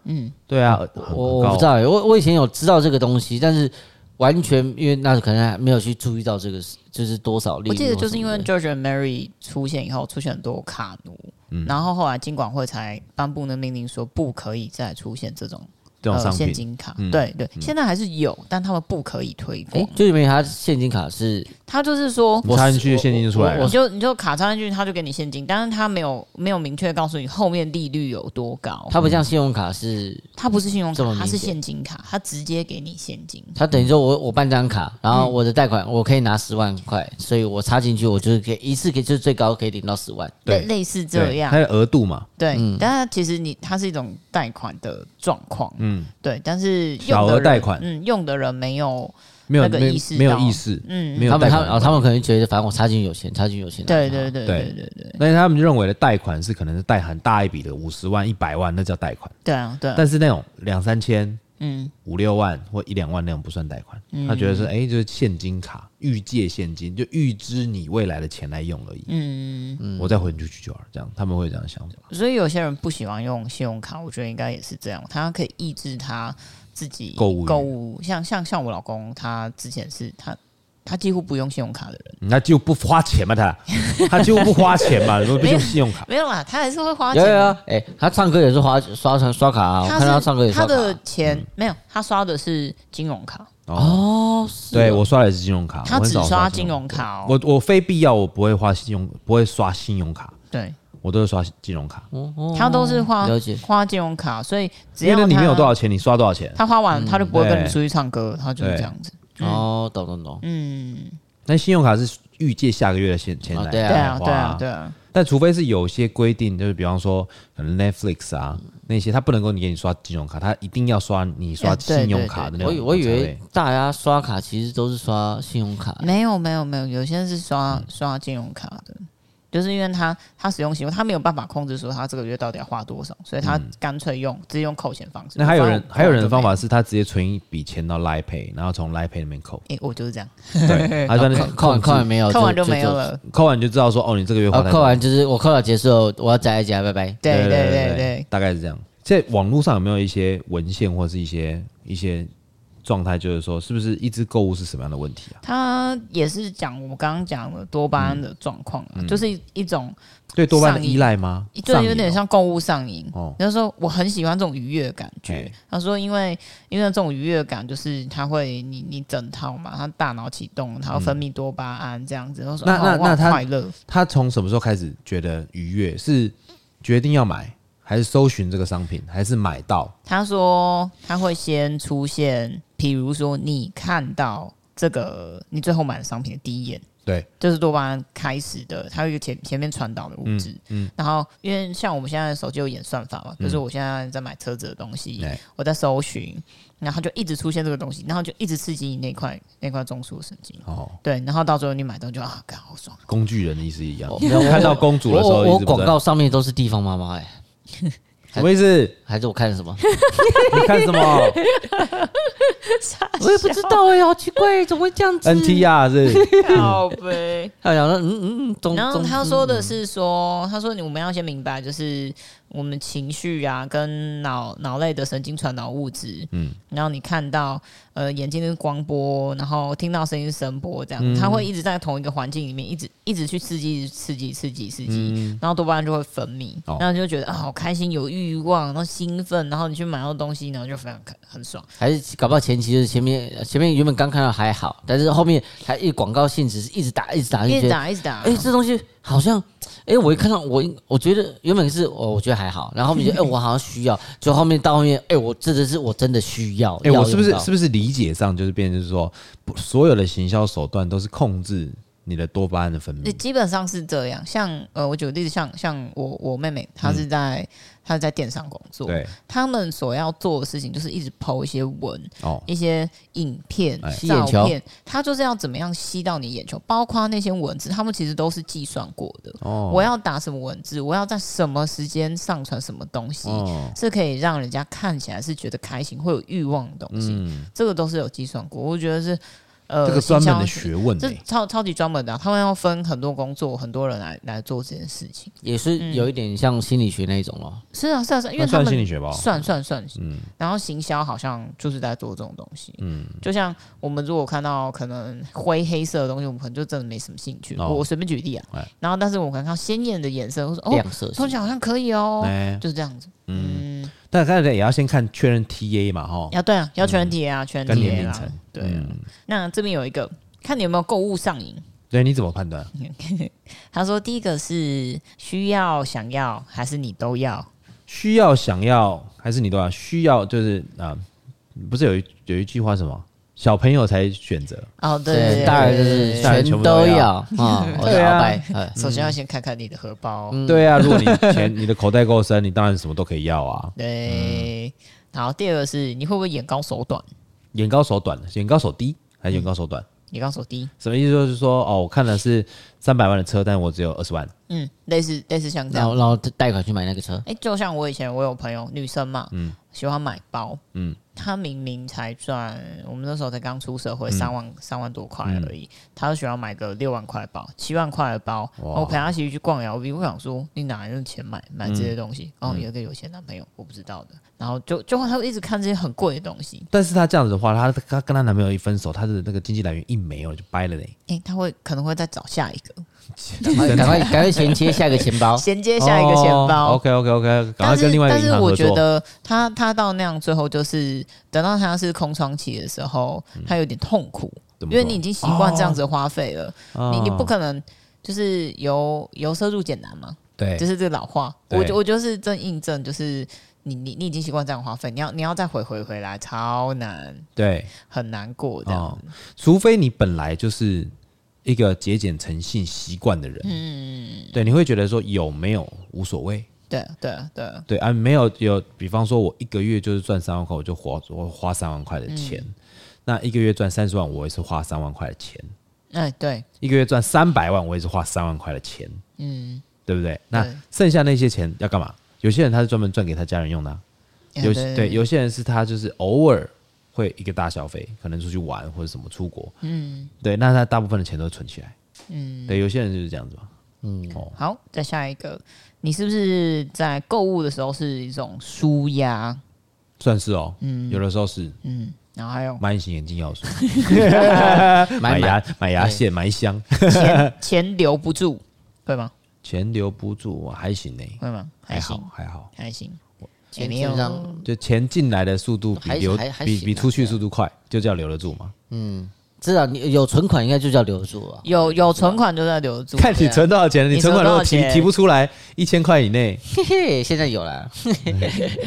嗯，对啊，很很我我高不知道欸，我我以前有知道这个东西，但是完全因为那时候可能还没有去注意到这个是就是多少利我率或记什么得的。就是因为 George and Mary 出现以后，出现很多卡奴，嗯然后后来金管会才颁布那命令说不可以再出现这种这种呃商现品，金卡。嗯对对，现在还是有，但他们不可以推哎广。，就里面它现金卡是他就是说。你插进去现金就出来啊我了你。就你就卡插进去，他就给你现金，但是他没有没有明确告诉你后面利率有多高。它不像信用卡是，它不是信用这么卡，明它显是现金卡，它直接给你现金。它等于说我我办张卡，然后我的贷款我可以拿十万块，所以我插进去我就是可以一次可以就是最高可以领到十万。对类类似这对，嗯样它，的额度嘛，对，但是其实你它是一种贷款的状况，嗯，对，但是小额用的人贷款嗯，用的人没有，没有那个没有意识没有到意识，嗯，没有他们贷他款们哦，他们可能觉得反正我插进去有钱，插进去有钱。对对对对对对对，但是他们就认为的贷款是可能是贷很大一笔的五十万、一百万，那叫贷款。对啊，对啊，但是那种两三千、嗯，五六万或一两万那种不算贷款，他觉得是哎、就是现金卡，预借现金，就预支你未来的钱来用而已。嗯我再混出去就好了，这样他们会有这样的想法。所以有些人不喜欢用信用卡，我觉得应该也是这样，他可以抑制他自己购物欲购物，像像像我老公，他之前是他他几乎不用信用卡的人，嗯那就不花钱嘛，他他就不花钱 嘛，如果不用信用卡，没有啦，他还是会花有钱有的，有，哎，他唱歌也是花刷刷刷卡啊，我看是他唱歌也他刷卡的啊。钱没有，他刷的是金融卡，哦，是对哦我刷的也是信用卡，他啊我很只少刷信金融卡卡哦，我我非必要我不会花信用，不会刷信用卡，对。我都是刷金融卡，他都是花了解花金融卡，所以只因为要那里面他有多少钱，你刷多少钱。他花完他就不会跟你对出去唱歌，他就是这样子。哦，懂懂懂，嗯，那信用卡是预借下个月的现钱哦来、对对啊，花对啊，对啊，但除非是有些规定，就是比方说可能 Netflix 啊那些，他不能够你给你刷金融卡，他一定要刷你刷哎嗯对信用卡的那我种。以我以才为会大家刷卡其实都是刷信用卡，没有没有没有，有些人是嗯刷刷金融卡的，就是因为他他使用习惯，他没有办法控制说他这个月到底要花多少，所以他干脆用直接用扣钱方嗯式。那还有人不然我还有人的方法，是他直接存一笔钱到 Line Pay，然后从 Line Pay 里面 扣，哎，我就是这样，对，他算是扣完扣完没有？扣完就没有。了。扣哦完你就知道说哦，你这个月花哦，太多扣完就是我扣了结束了，我要再一家，拜拜。对对对对对，大概是这样。在网络上有没有一些文献或是一些一些状态，就是说，是不是一直购物是什么样的问题啊？它也是讲我们刚刚讲的多巴嗯胺的状况、啊，就是一一种对多巴胺的上瘾依赖吗？对，上瘾有点哦像购物上瘾。哦，他说我很喜欢这种愉悦的感觉哎。他说因为因为这种愉悦感就是它会你你整套嘛，它大脑启动，它会分泌多巴胺这样子。他嗯说那哦那我好那它快乐，他从什么时候开始觉得愉悦？是决定要买，还是搜寻这个商品，还是买到？他说他会先出现，比如说你看到这个你最后买的商品的第一眼。对，就是多巴胺开始的，它有一个前前面传导的物质、嗯，然后因为像我们现在手机有演算法嘛，就是我现在在买车子的东西，哎我在搜寻，然后就一直出现这个东西，然后就一直刺激你那块那块中枢的神经，哦，对，然后到最后你买到就啊，干好爽，工具人的意思一样哦，没有我看到公主的时候我一我直不广在告上面都是地方妈妈哎、什么意思？还是我看了什么？你看什 么 我也不知道哎、好奇怪、怎么会这样子？ ？NTR 是？好呗。他想说，嗯嗯嗯，中然后中嗯他说的是说，他说你我们要先明白，就是我们情绪啊，跟脑脑类的神经传导物质，嗯嗯，然后你看到呃眼睛是光波，然后听到声音是声波，这嗯样，它会一直在同一个环境里面，一直一直去刺激、刺激、刺激、刺激，嗯然后多巴胺就会分泌，哦然后就觉得啊好开心、有欲望，然后兴奋，然后你去买到东西，然后就非常开很爽。还是搞不好前期就是前面前面原本刚看到还好，但是后面还一广告性质是一直打一直打，一就直觉得打，一直打，哦哎、这东西好像哎、我一看到我我觉得原本是我我觉得还好，然后后面觉得哎、我好像需要，就后面到后面哎、我真的是我真的需要， 哎，要我是不是用到是不是理解上就是变成是说，不所有的行销手段都是控制你的多巴胺的分那泌？基本上是这样，像呃，我举个例子，像像我我妹妹，她是在、她是在电商工嗯作，对，他们所要做的事情就是一直抛一些文、哦，一些影片、哎吸眼照球片，她就是要怎么样吸到你眼球，包括那些文字，他们其实都是计算过的。哦，我要打什么文字，我要在什么时间上传什么东西，哦，是可以让人家看起来是觉得开心、会有欲望的东西，嗯，这个都是有计算过。我觉得是呃，这个行专门销的是学问这呢。超超级专门的啊、他们要分很多工作，很多人来来做这件事情。也是有一点像心理学那一种咯。是啊，是啊，是啊因那为他算们心理学吧，哦算算算，嗯然后行销好像就是在做这种东西。嗯，就像我们如果看到可能灰黑色的东西，我们可能就真的没什么兴趣。哦我我随便举例啊哎，然后但是我可能看到鲜艳的颜色，我说哦，亮色系同学好像可以哦，哎，就是这样子。嗯，但刚才也要先看确认 TA 嘛，哈，要对啊，要全体啊，全嗯跟体年龄啊层，嗯对啊。那这边有一个，看你有没有购物上瘾。对，你怎么判断？他说第一个是需要、想要，还是你都要？需要、想要，还是你都要？需要就是啊，不是有一有一句话什么？小朋友才选择，哦，对对对，大概对就对是对大人全全部都都要要 啊，我是对啊鳌拜，哎首先要先看看你的荷包，对啊，如果你钱 你的口袋够深，你当然什么都可以要啊。对。然后第二个是你会不会眼高手短，眼高手短，眼高手低还是眼高手短？眼高手低？什么意思？就是说哦，我看的是三百万的车，但我只有二十万。嗯，类似类似像这然样后。然后贷款去买那个车，哎、就像我以前我有朋友女生嘛，喜欢买包，嗯嗯，她明明才赚，我们那时候才刚出社会，三万三万多块而已，她就喜欢买个六万块的包、七万块的包。哇我陪她一起去逛 LV，我想说你哪来的钱买买这些东西？哦，有一个有钱男朋友，我不知道的。然后就就她会一直看这些很贵的东西，但是她这样子的话，她她跟她男朋友一分手，她的那个经济来源一没有了就掰了嘞。哎、她会可能会再找下一个，，赶快赶快赶快衔接下一个钱 包衔接下一个钱包。 OK OK OK，赶哦但快是跟另外一但个银是行我合觉作。得他他到那样最后就是等到他是空窗期的时候，他有点痛苦，嗯怎么因为说哦啊你已经习惯这样子的花费了，你你不可能就是由由奢入俭难嘛，哦对就，是这个老话，对我就我就是正印证就是。你你你已经习惯这样花费，你要你要再回回回来，超难，对，很难过这样哦子。除非你本来就是一个节俭成性习惯的人，嗯，对，你会觉得说有没有无所谓，对对对，对啊，没有有，比方说我一个月就是赚三万块，我就花我花三万块的钱，嗯那一个月赚三十万，我也是花三万块的钱，哎对，一个月赚三百万，我也是花三万块的钱，嗯，对不对？那对剩下那些钱要干嘛？有些人他是专门赚给他家人用的啊、哎有些对有些人是他就是偶尔会一个大消费，可能出去玩或者什么出国，嗯，对，那他大部分的钱都存起来，嗯，对，有些人就是这样子嘛，嗯，哦，好，再下一个，你是不是在购物的时候是一种舒压？算是哦，嗯，有的时候是，嗯，然后还有买隐形眼镜要素，买买牙买牙线，买一箱，钱钱留不住，会吗？钱留不住，还行呢，会吗？还还好行，还好，还行，也钱没基有本上就钱进来的速度比还流还还比行啊比出去对啊速度快，就叫留得住嘛。至少你有存款，应该就叫留住啊了。有有存款就在留得住。看你存多少钱，你啊你存存款如果多少提钱提不出来一千块以内，嘿嘿，现在有了。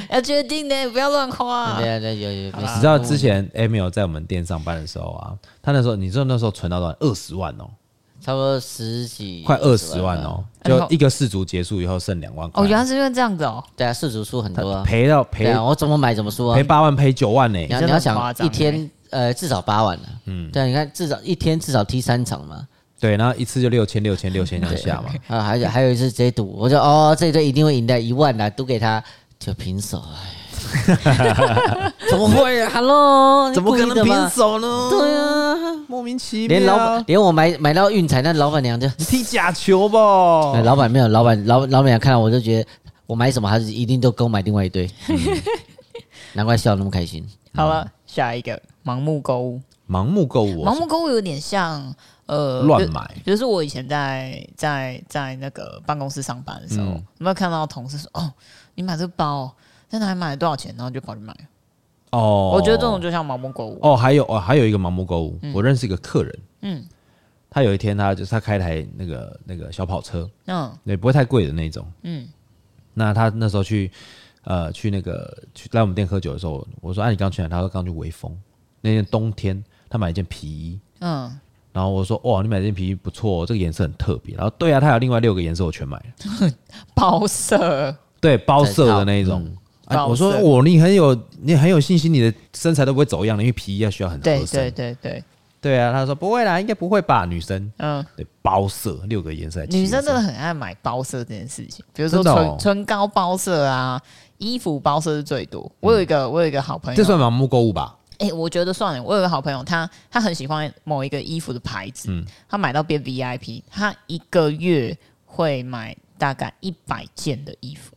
要决定的，不要乱花对。啊，对，有有。你知道之前 Emil 在我们店上班的时候啊，他那时候你知道那时候存到多少？二十万哦，差不多十几，快二十万哦，然就后一个世足结束以后剩两万块。哦，原来是因为这样子哦。对啊，世足输很多他啊。赔到赔对啊，我怎么买怎么输啊赔。八万赔九万呢、你要真的你要很夸想张一天呃至少八万了。嗯，对啊，你看至少一天至少踢三场嘛。对，然后一次就六千六千六千这样下嘛，啊，还有还有一次直接赌，我就哦这一队一定会赢的，一万啦，赌给他就平手。哎 怎么会啊？Hello，你 怎么可故意的能吧平？手呢？对啊，莫名其妙。连老板连我买买到运彩，那老板娘就你踢假球吧哦哎，，老板没有，老板老老板娘看到我就觉得我买什么，他就一定都跟我买另外一 堆，嗯难怪笑得那么开心。好嗯了，下一个盲目购物。盲目购物盲哦，目购物有点像呃乱。比买，比如说我以前在在在那个办公室上班的时候，嗯有没有看到同事说：“哦，你买这个包哦在哪里买了多少钱？”然后就跑去买。哦，我觉得这种就像盲目购物。哦，还有哦，还有一个盲目购物，我认识一个客人，嗯，他有一天他就是他开台那个那个小跑车，嗯对，不会太贵的那种，嗯，那他那时候去呃去那个去来我们店喝酒的时候，我说啊你刚去哪？他说刚去微风，那天冬天他买一件皮衣，嗯，然后我说哇你买这件皮衣不错、哦，这个颜色很特别，然后对啊，他有另外六个颜色我全买了。包色对，包色的那一种。啊，嗯包我说色我你很有你很有信心，你的身材都不会走样的，因为皮衣要需要很合身。对对对对，对啊，他说不会啦，应该不会吧，女生嗯，对包色六个颜色，女生真的的很爱买包色这件事情，比如说真唇、的哦唇膏包色啊，衣服包色是最多。我有一个、我有一个好朋友，嗯这算盲目购物吧？哎、我觉得算了。我有个好朋友，他他很喜欢某一个衣服的牌子，嗯他买到变 VIP，他一个月会买大概一百件的衣服，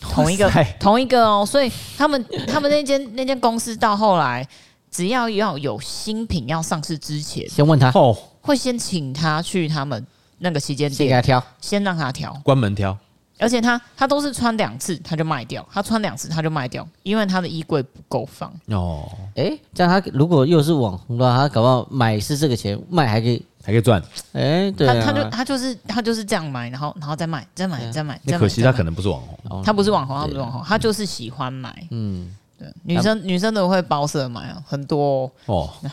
同一个哇塞同一个哦。所以他们他们那间那间公司到后来，只要要有新品要上市之前，先问他，哦，会先请他去他们那个旗舰先给店，他挑，先让他挑。关门挑，而且他他都是穿两次他就卖掉，他穿两次他就卖掉，因为他的衣柜不够放。哦，哎，这样他如果又是网红的话，他搞不好买是这个钱，卖还可以，还可以赚。哎，对啊，他他嗯就他就是他就是这样买，然后然后再卖，再买，再买，啊那再买。可惜再他买可能啊不是网红，哦他不是网红，他对不是网红，他就是喜欢买。嗯，对，女生女生都会包色买啊，很多哦哦。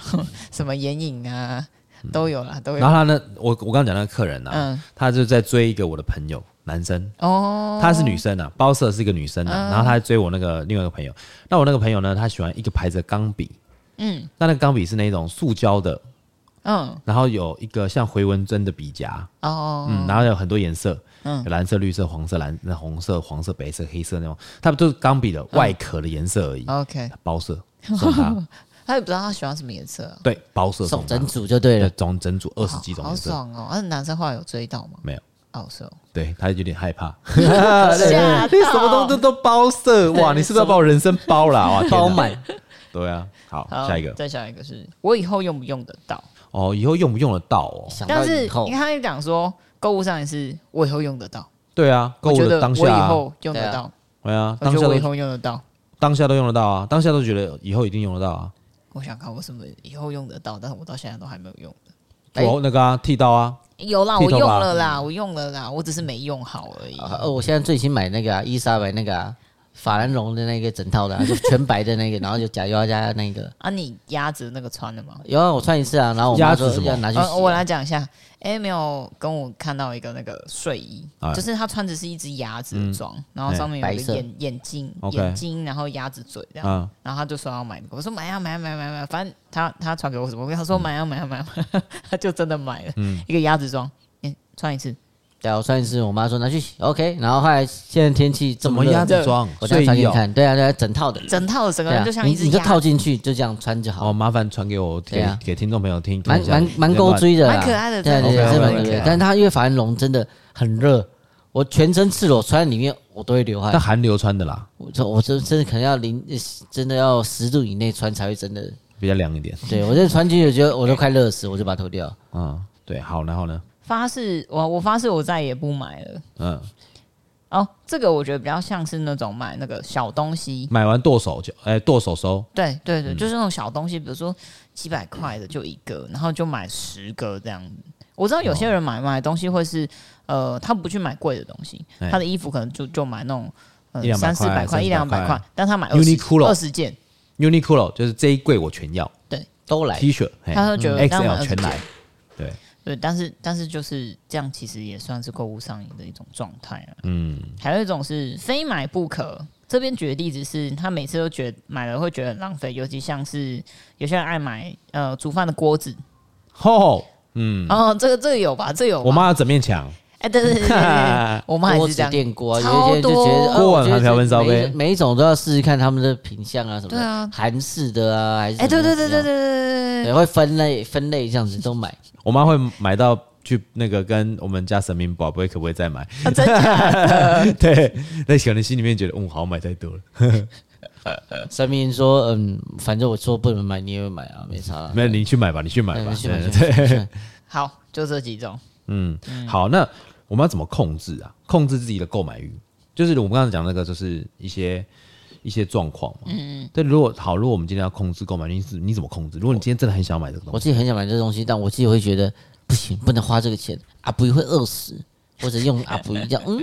什么眼影啊都有啦，都嗯然后有。他呢，我我刚刚讲那个客人啊，啊嗯，他就在追一个我的朋友，男生，哦，她是女生啊，包色是一个女生啊，然后她还追我那个另外一个朋友。那我那个朋友呢，他喜欢一个牌子的钢笔，嗯，那那个钢笔是那种塑胶的，嗯，然后有一个像回纹针的笔夹，哦，嗯，然后有很多颜色，嗯，有蓝色、绿色、黄色、蓝、那红色、黄色、白色、黑色那种，它不就是钢笔的外壳的颜色而已， OK，包色送他，他也不知道他喜欢什么颜色啊，对，包色送送整他，组就对对，了。总整组二十几种好好颜色，爽哦。那男生后来有追到吗？没有，哦，是哦，对他有点害怕，吓你什么东西都包色，哇，你是不是要把我人生包了哇，天哪包满，对啊，好，好下一个再下一个是我以后用不用得到？哦，以后用不用得到哦？想到但是以后你看他就讲说，购物上也是我以后用得到，对啊，购我物觉的得当我下、以啊，后用对得啊到，对啊，我当觉下得我以都后用得到。当下都用得到啊，当下都觉得以后一定用得到啊。我想看我什么以后用得到，但是我到现在都还没有用。哎我那个啊，剃刀啊，有啦，剃我头用发了嗯啦，我用了啦，我只是没用好而已。呃，我现在最新买那个啊，伊莎白那个啊，法兰绒的那个整套的 啊，就全白的那个，然后就假腰加那个。啊，你鸭子那个穿了吗？有啊，我穿一次啊，然后我鸭妈子说什么要拿去洗呃，我啊。来讲一下，A 没有跟我看到一个那个睡衣哎，就是他穿着是一只鸭子的装，然后哎上面有嗯白一色个眼眼睛， OK 眼睛，然后鸭子嘴这样，啊，然后他就说要买那个，我说买啊呀买呀买呀买呀买呀，反正他他传给我什么，我跟他嗯说买呀啊买呀买呀，买呀 他就真的买了一个鸭子装，你穿一次，对啊，我穿一次，我妈说拿去洗。OK，然后后来现在天气这怎么热鸭子装我再睡穿给衣你哦？看。对啊，对啊，整套的。整套的整个对人啊就，像你一只你就鸭，套进去，就这样穿就哦，好。麻烦传给我，对给啊给听众朋友听，蛮看一下蛮蛮够。追的啦，蛮可爱的对啊真对的啊， OK，OK，是蛮 OK，可爱的 OK。但它因为法兰绒真的很热，我全身赤裸穿在里面，我都会流汗那。韩流穿的啦，呃我这我这真的可能要零，真的要十度以内穿才会真的比比较凉一点。 对我这传进去，觉得我都快热死，我就把它脱掉。嗯，对，好，然后呢？发誓，我我发誓，我再也不买了。嗯，哦，这个我觉得比较像是那种买那个小东西，买完剁手就哎剁手收，对对嗯对，就是那种小东西，比如说几百块的就一个，然后就买十个这样子。我知道有哦些人买买东西会是，呃，他不去买贵的东西，哎他的衣服可能就就买那种，呃一，两百三块四百块、三四百一两百块块，但他买二十 Uniqlo 二十件， Uniqlo 就是这一柜我全要 都来， T 恤，嘿他会觉得嗯这样买 XL 全来20，对，对，但是但是就是这样，其实也算是购物上瘾的一种状态啊。嗯，还有一种是非买不可。这边举的例子是他每次都觉得买了会觉得很浪费，尤其像是有些人爱买呃煮饭的锅子，吼，嗯，哦，这个这个有吧，这个有吧我妈要整面 墙，哎，对对对对对，我妈也锅是子这样，电锅啊，有超一些就觉多得呃锅碗我觉盘得瓢这盆烧每杯每一种都要试试看他们的品相啊什么的，对啊韩式的啊还是哎，对对什对么怎对么对样对对对，会分类分类这样子都买，我妈会买到去那个跟我们家神明宝贝可不可以再 买？对，真假？对，那可能心里面觉得，嗯，好买太多了，神明说嗯，反正我说不能买，你也会买啊，没差啊。嗯没有你去买吧，你去买对吧，嗯你去买对去买对去买好，就这几种，嗯，好，那我们要怎么控制啊？控制自己的购买欲，就是我们刚才讲那个，就是一些一些状况嘛。嗯，但如果好，如果我们今天要控制购买欲，你是你怎么控制？如果你今天真的很想买这个东我西，自己很想买这东西，但我自己会觉得不行，不能花这个钱，阿布会饿死，或者用阿布这 样嗯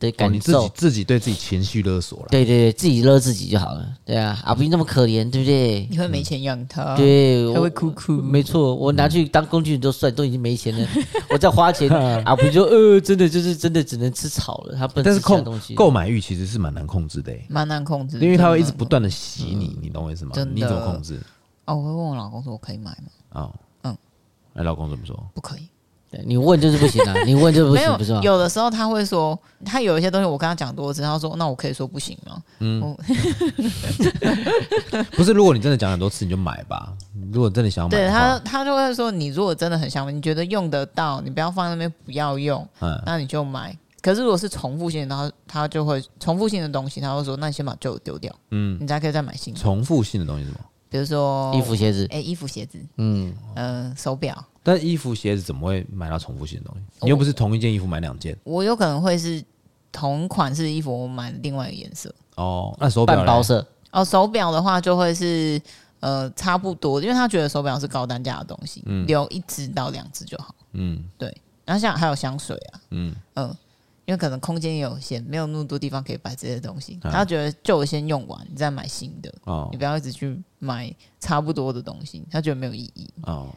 的哦感你自受。己自己对自己情绪勒索了。对对对，自己勒自己就好了。对啊，阿布那么可怜，对不对？你会没钱养啊它，对，还我会哭哭，没错，我拿去当工具人都算，都已经没 钱了，我再花钱啊，不就呃，真的就是真的只能吃草了，他不能但是吃其他控东西。购买欲其实是蛮难控制的、欸，蛮难控制，因为它会一真直的不断的洗你，你懂我意思吗嗯真？的你怎么控制？哦，我会问我老公说我可以买吗？哦，嗯，哎，老公怎么说？不可以，对你问就是不行 啊，你问就是不没有行，不是吗？有的时候他会说，他有一些东西我跟他讲多次，他说那我可以说不行吗？不是，如果你真的讲很多次，你就买吧。如果真的想要买对的他话，他就会说，你如果真的很想买，你觉得用得到，你不要放在那边不要用，嗯，那你就买。可是如果是重复性的，他他就会重复性的东西，他会说，那你先把旧的丢掉，嗯，你才可以再买新的，重复性的东西是什么？比如说衣服、，鞋子，哎、衣服、鞋子，嗯，呃，手表，但衣服、鞋子怎么会买到重复性的东西？哦你又不是同一件衣服买两件我有可能会是同款式的衣服，我买另外一个颜色。哦。那手表半嘞包色，哦，手表的话就会是呃差不多，因为他觉得手表是高单价的东西，留一只到两只就好。嗯对，然后像还有香水啊，嗯，嗯、因为可能空间也有限，没有那么多地方可以摆这些东西，啊他觉得就先用完，你再买新的，哦你不要一直去买差不多的东西，他觉得没有意义。哦，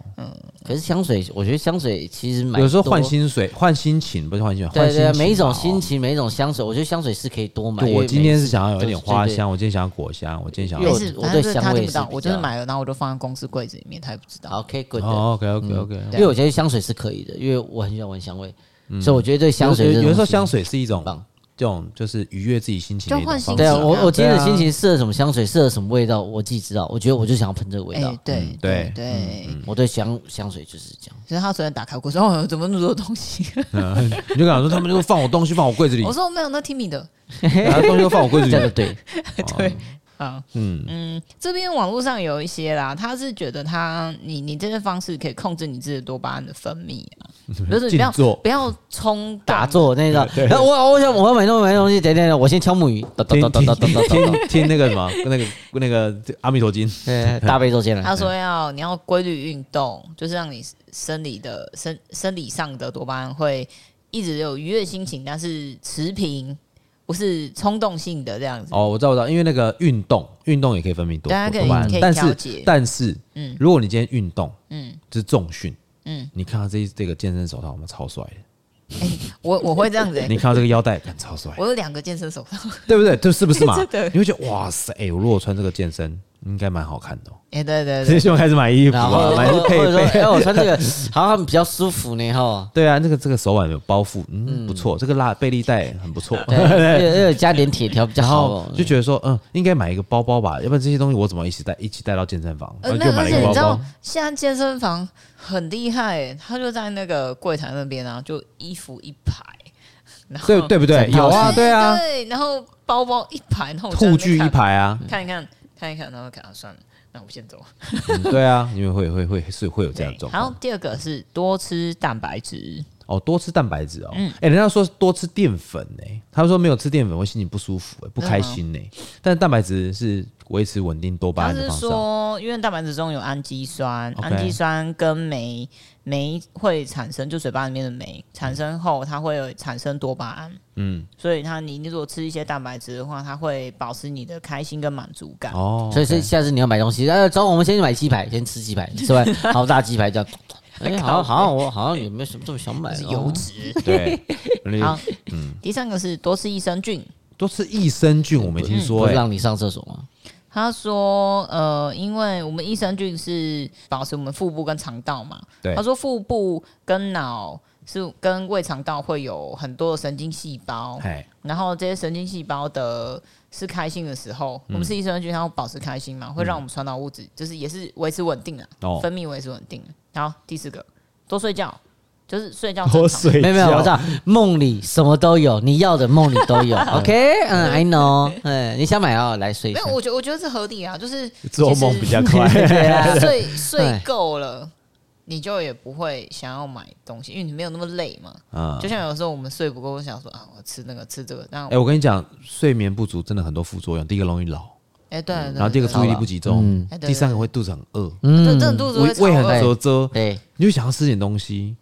可是香水，我觉得香水其实买有时候换多。薪水、换心情，不是换心水，换对心对，情每一种嘛心。哦情，每一种香水，我觉得香水是可以多买。就因我为今每天次是想要有一点花都是对香，我今天想要果香，我今天想因为要没我事，我反正对就是香他味听不是到，比我就是较买了，然后我就放在公司柜子里面，他也不知道。好，OK，good 的。哦，OK OK OK，因为我觉得香水是可以的，因为我很喜欢闻香味，所以我觉得对嗯香有水这有有时候东西香水是一种棒这种就是愉悦自己心情就的一种换方心对式啊，情啊。我我今天对的啊心情适合什么香水，适合什么味道，我自己知道。我觉得我就想要喷这个味哎、道。对嗯对对，我对香香水就是这样。所以他昨天打开我说：“哦，怎么那么多 东西？”嗯你就敢说他们就放我东西放我柜子里我，说：“哦我没有，那听你的。” 然后东西都放我柜子这个里。对，对，啊，嗯，嗯，这边网络上有一些啦，他是觉得他你你这些方式可以控制你自己的多巴胺的分泌啊， 就嗯是你不静要坐不要冲动打，坐那 个。然后我我想我要买东西买东西，等等等，我先敲木鱼，哒哒听哒哒听哒哒哒哒哒听听那个什么，那个那个阿弥陀经，对，大悲 咒先来他。说要你要规律运动，就是让你生理的生生理上的多巴胺会一直有愉悦心情，但是持平，不是冲动性的这样子。哦，我知道，我知道，因为那个运动，运动也可以分泌多对它可以多巴胺可以但调是节但是，嗯如果你今天运动，嗯就是重训，嗯，你看到这一这个健身手套，我们超帅的，我我会这样子、欸 你，看到这个腰带，感超帅，我有两个健 身手套，对不对？这是不是嘛 真的？你会觉得哇塞，哎，我如果穿这个健身，应该蛮好看的哦。哎、对 对所对以，就开始买衣服然后啊，买或配者说，备。哎，我穿这个好像比较舒服呢， 哈。对啊，那个这个手腕有包覆，嗯，不错，这个拉贝利带很不错。对，要加点铁条比较然好后哦。就觉得说，嗯，应该买一个包包吧，要不然这些东西我怎么一起带一起带到健身房？呃，然后那就买而了一且个你包知道包。，现在健身房很厉害欸，他就在那个柜台那边啊，就衣服一排，然后对嗯对不对？整套有啊，系对啊，对，然后包包一排，然后我在那护边具一看，排啊，看一看，看一看，然后看啊算了，那我先走。嗯对啊，因为会会会是会有这样的对，状然况后。第二个是多吃蛋白质，哦，多吃蛋白质哦。哎、嗯人家说多吃淀粉呢、他说没有吃淀粉会心情不舒服、欸，不开心呢、但是蛋白质是维持稳定多巴嗯他胺的是方式。哦说，因为蛋白质中有氨基酸， OK 氨基酸跟酶，酶会产生就嘴巴里面的酶产生后，它会有产生多巴胺，嗯，所以它你你如果吃一些蛋白质的话，它会保持你的开心跟满足感。哦，所以是下次你要买东西，呃，走，我们先去买鸡排，先吃鸡排，吃完好大鸡排这样。哎，好像好像我好像也没什么这么想买是哦，油脂， 对，好，第三个是多吃益生菌。多吃益生菌，我没听说不哎、是让你上厕所吗？他说：“呃，因为我们益生菌是保持我们腹部跟肠道嘛。对他说腹部跟脑是跟胃肠道会有很多的神经细胞，哎、然后这些神经细胞的是开心的时候，嗯我们是益生菌，它会保持开心嘛，会让我们传导物质，就是也是维持稳定的、哦分泌维持稳定。好，第四个，多睡觉，就是睡觉多哦正常睡没有没有，我知觉道梦里什么都有，你要的梦里 都有。OK，嗯，I know，嗯，你想买哦，来睡一没下有，。我觉得我觉得是合理啊，就是做其实梦比较 快。 对啊，睡睡够了，你就也不会想要买东西，因为你没有那么累嘛。嗯，就像有时候我们睡不够，我想说啊，我吃那个吃这个，然后哎、我跟你讲，睡眠不足真的很多副作用。第一个容易老，哎对，对然后第二个对注意力不集中嗯，哎对第三个会肚子很饿，对这种肚子胃会胃超很饿嗯灼灼，对，你就想要吃点东西，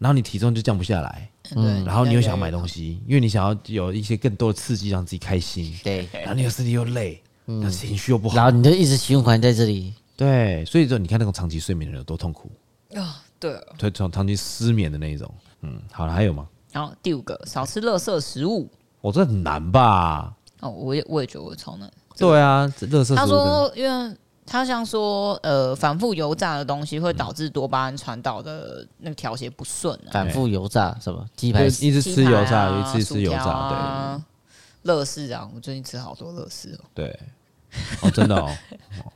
然后你体重就降不下来，嗯对然后你又想买东西，因为你想要有一些更多的刺激让自己开心，对然后你的身体又累，然后情绪又不嗯然好，后你就一直循环在这里。对，所以说你看那种长期睡眠的人有多痛苦，啊，对了。对，长长期失眠的那一种，嗯，好了，还有吗？然后第五个，少吃垃圾食物。我、这很难吧？哦，我也我也觉得我超难。对啊，这热色他说，因为他像说，呃，反复油炸的东西会导致多巴胺传导的那个调节不顺啊，反复油炸什么鸡对排，一直吃鸡排油炸，啊有一次吃油炸，薯条啊乐事啊，我最近吃好多乐事哦，对对，哦，真的 哦。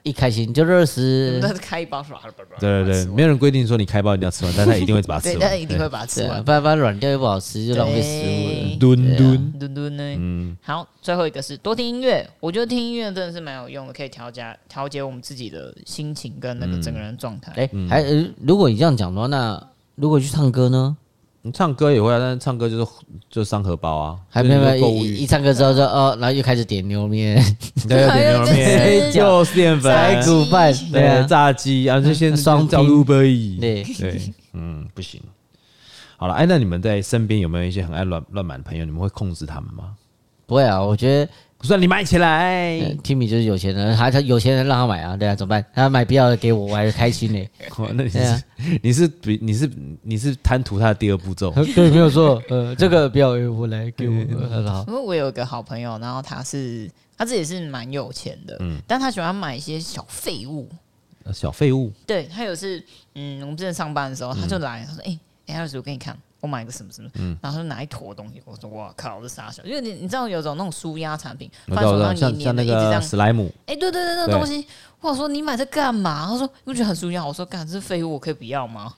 一开心就热死那。是 开一包是吧？嗯对对对，没有人规定说你开包一定要吃完，但他一定会把它 对，吃但完。一定会把它吃对啊，完。不然不然软掉又不好吃，就浪费食物对啊了。墩墩，墩墩呢？嗯，好，最后一个是多听音乐。我觉得听音乐真的是蛮有用的，可以调节调节我们自己的心情跟嗯那个整个人的状态。哎，还呃如果你这样讲的话，那如果去唱歌呢？你唱歌也会啊，但是唱歌就是就伤荷包啊，还就没是有没购有物一一欲，唱歌之后就哦，然后又开始点牛肉面、对，有点牛肉面，哎就是淀哎粉排， 骨饭，对对，啊，嗯炸鸡，然后就先双叫拼 Uber E，对，对，嗯，不行。好了，哎，那你们在身边有没有一些很爱乱乱买的朋友？你们会控制他们吗？不会啊，我觉得不算你买起来，呃 Timmy 就是有钱人，他他有钱人让他买啊，对啊，怎么办？他买不要的给我，我还是开心呢。哦那你对啊是你是比你是你是贪图他的第二步骤，对，没有错，呃，这个不要我来给我，很好。因为我有一个好朋友，然后他是他自己是蛮有钱的，嗯但他喜欢买一些小废物。小废物，对他有一次，嗯，我们之前上班的时候，嗯他就来，他说：“哎、哎 h a r 我给你看，我买一个什么什么。然后他就拿一坨东西，我说：“哇靠，这傻小！”因为你你知道有种那种舒压产品，我放知在道我手知道，上像黏黏像那的，一直这个样。史莱姆，哎、对对对，那对东西，我说你买这干嘛？他说你不觉得很舒压？我说干，这是废物，我可以不要吗？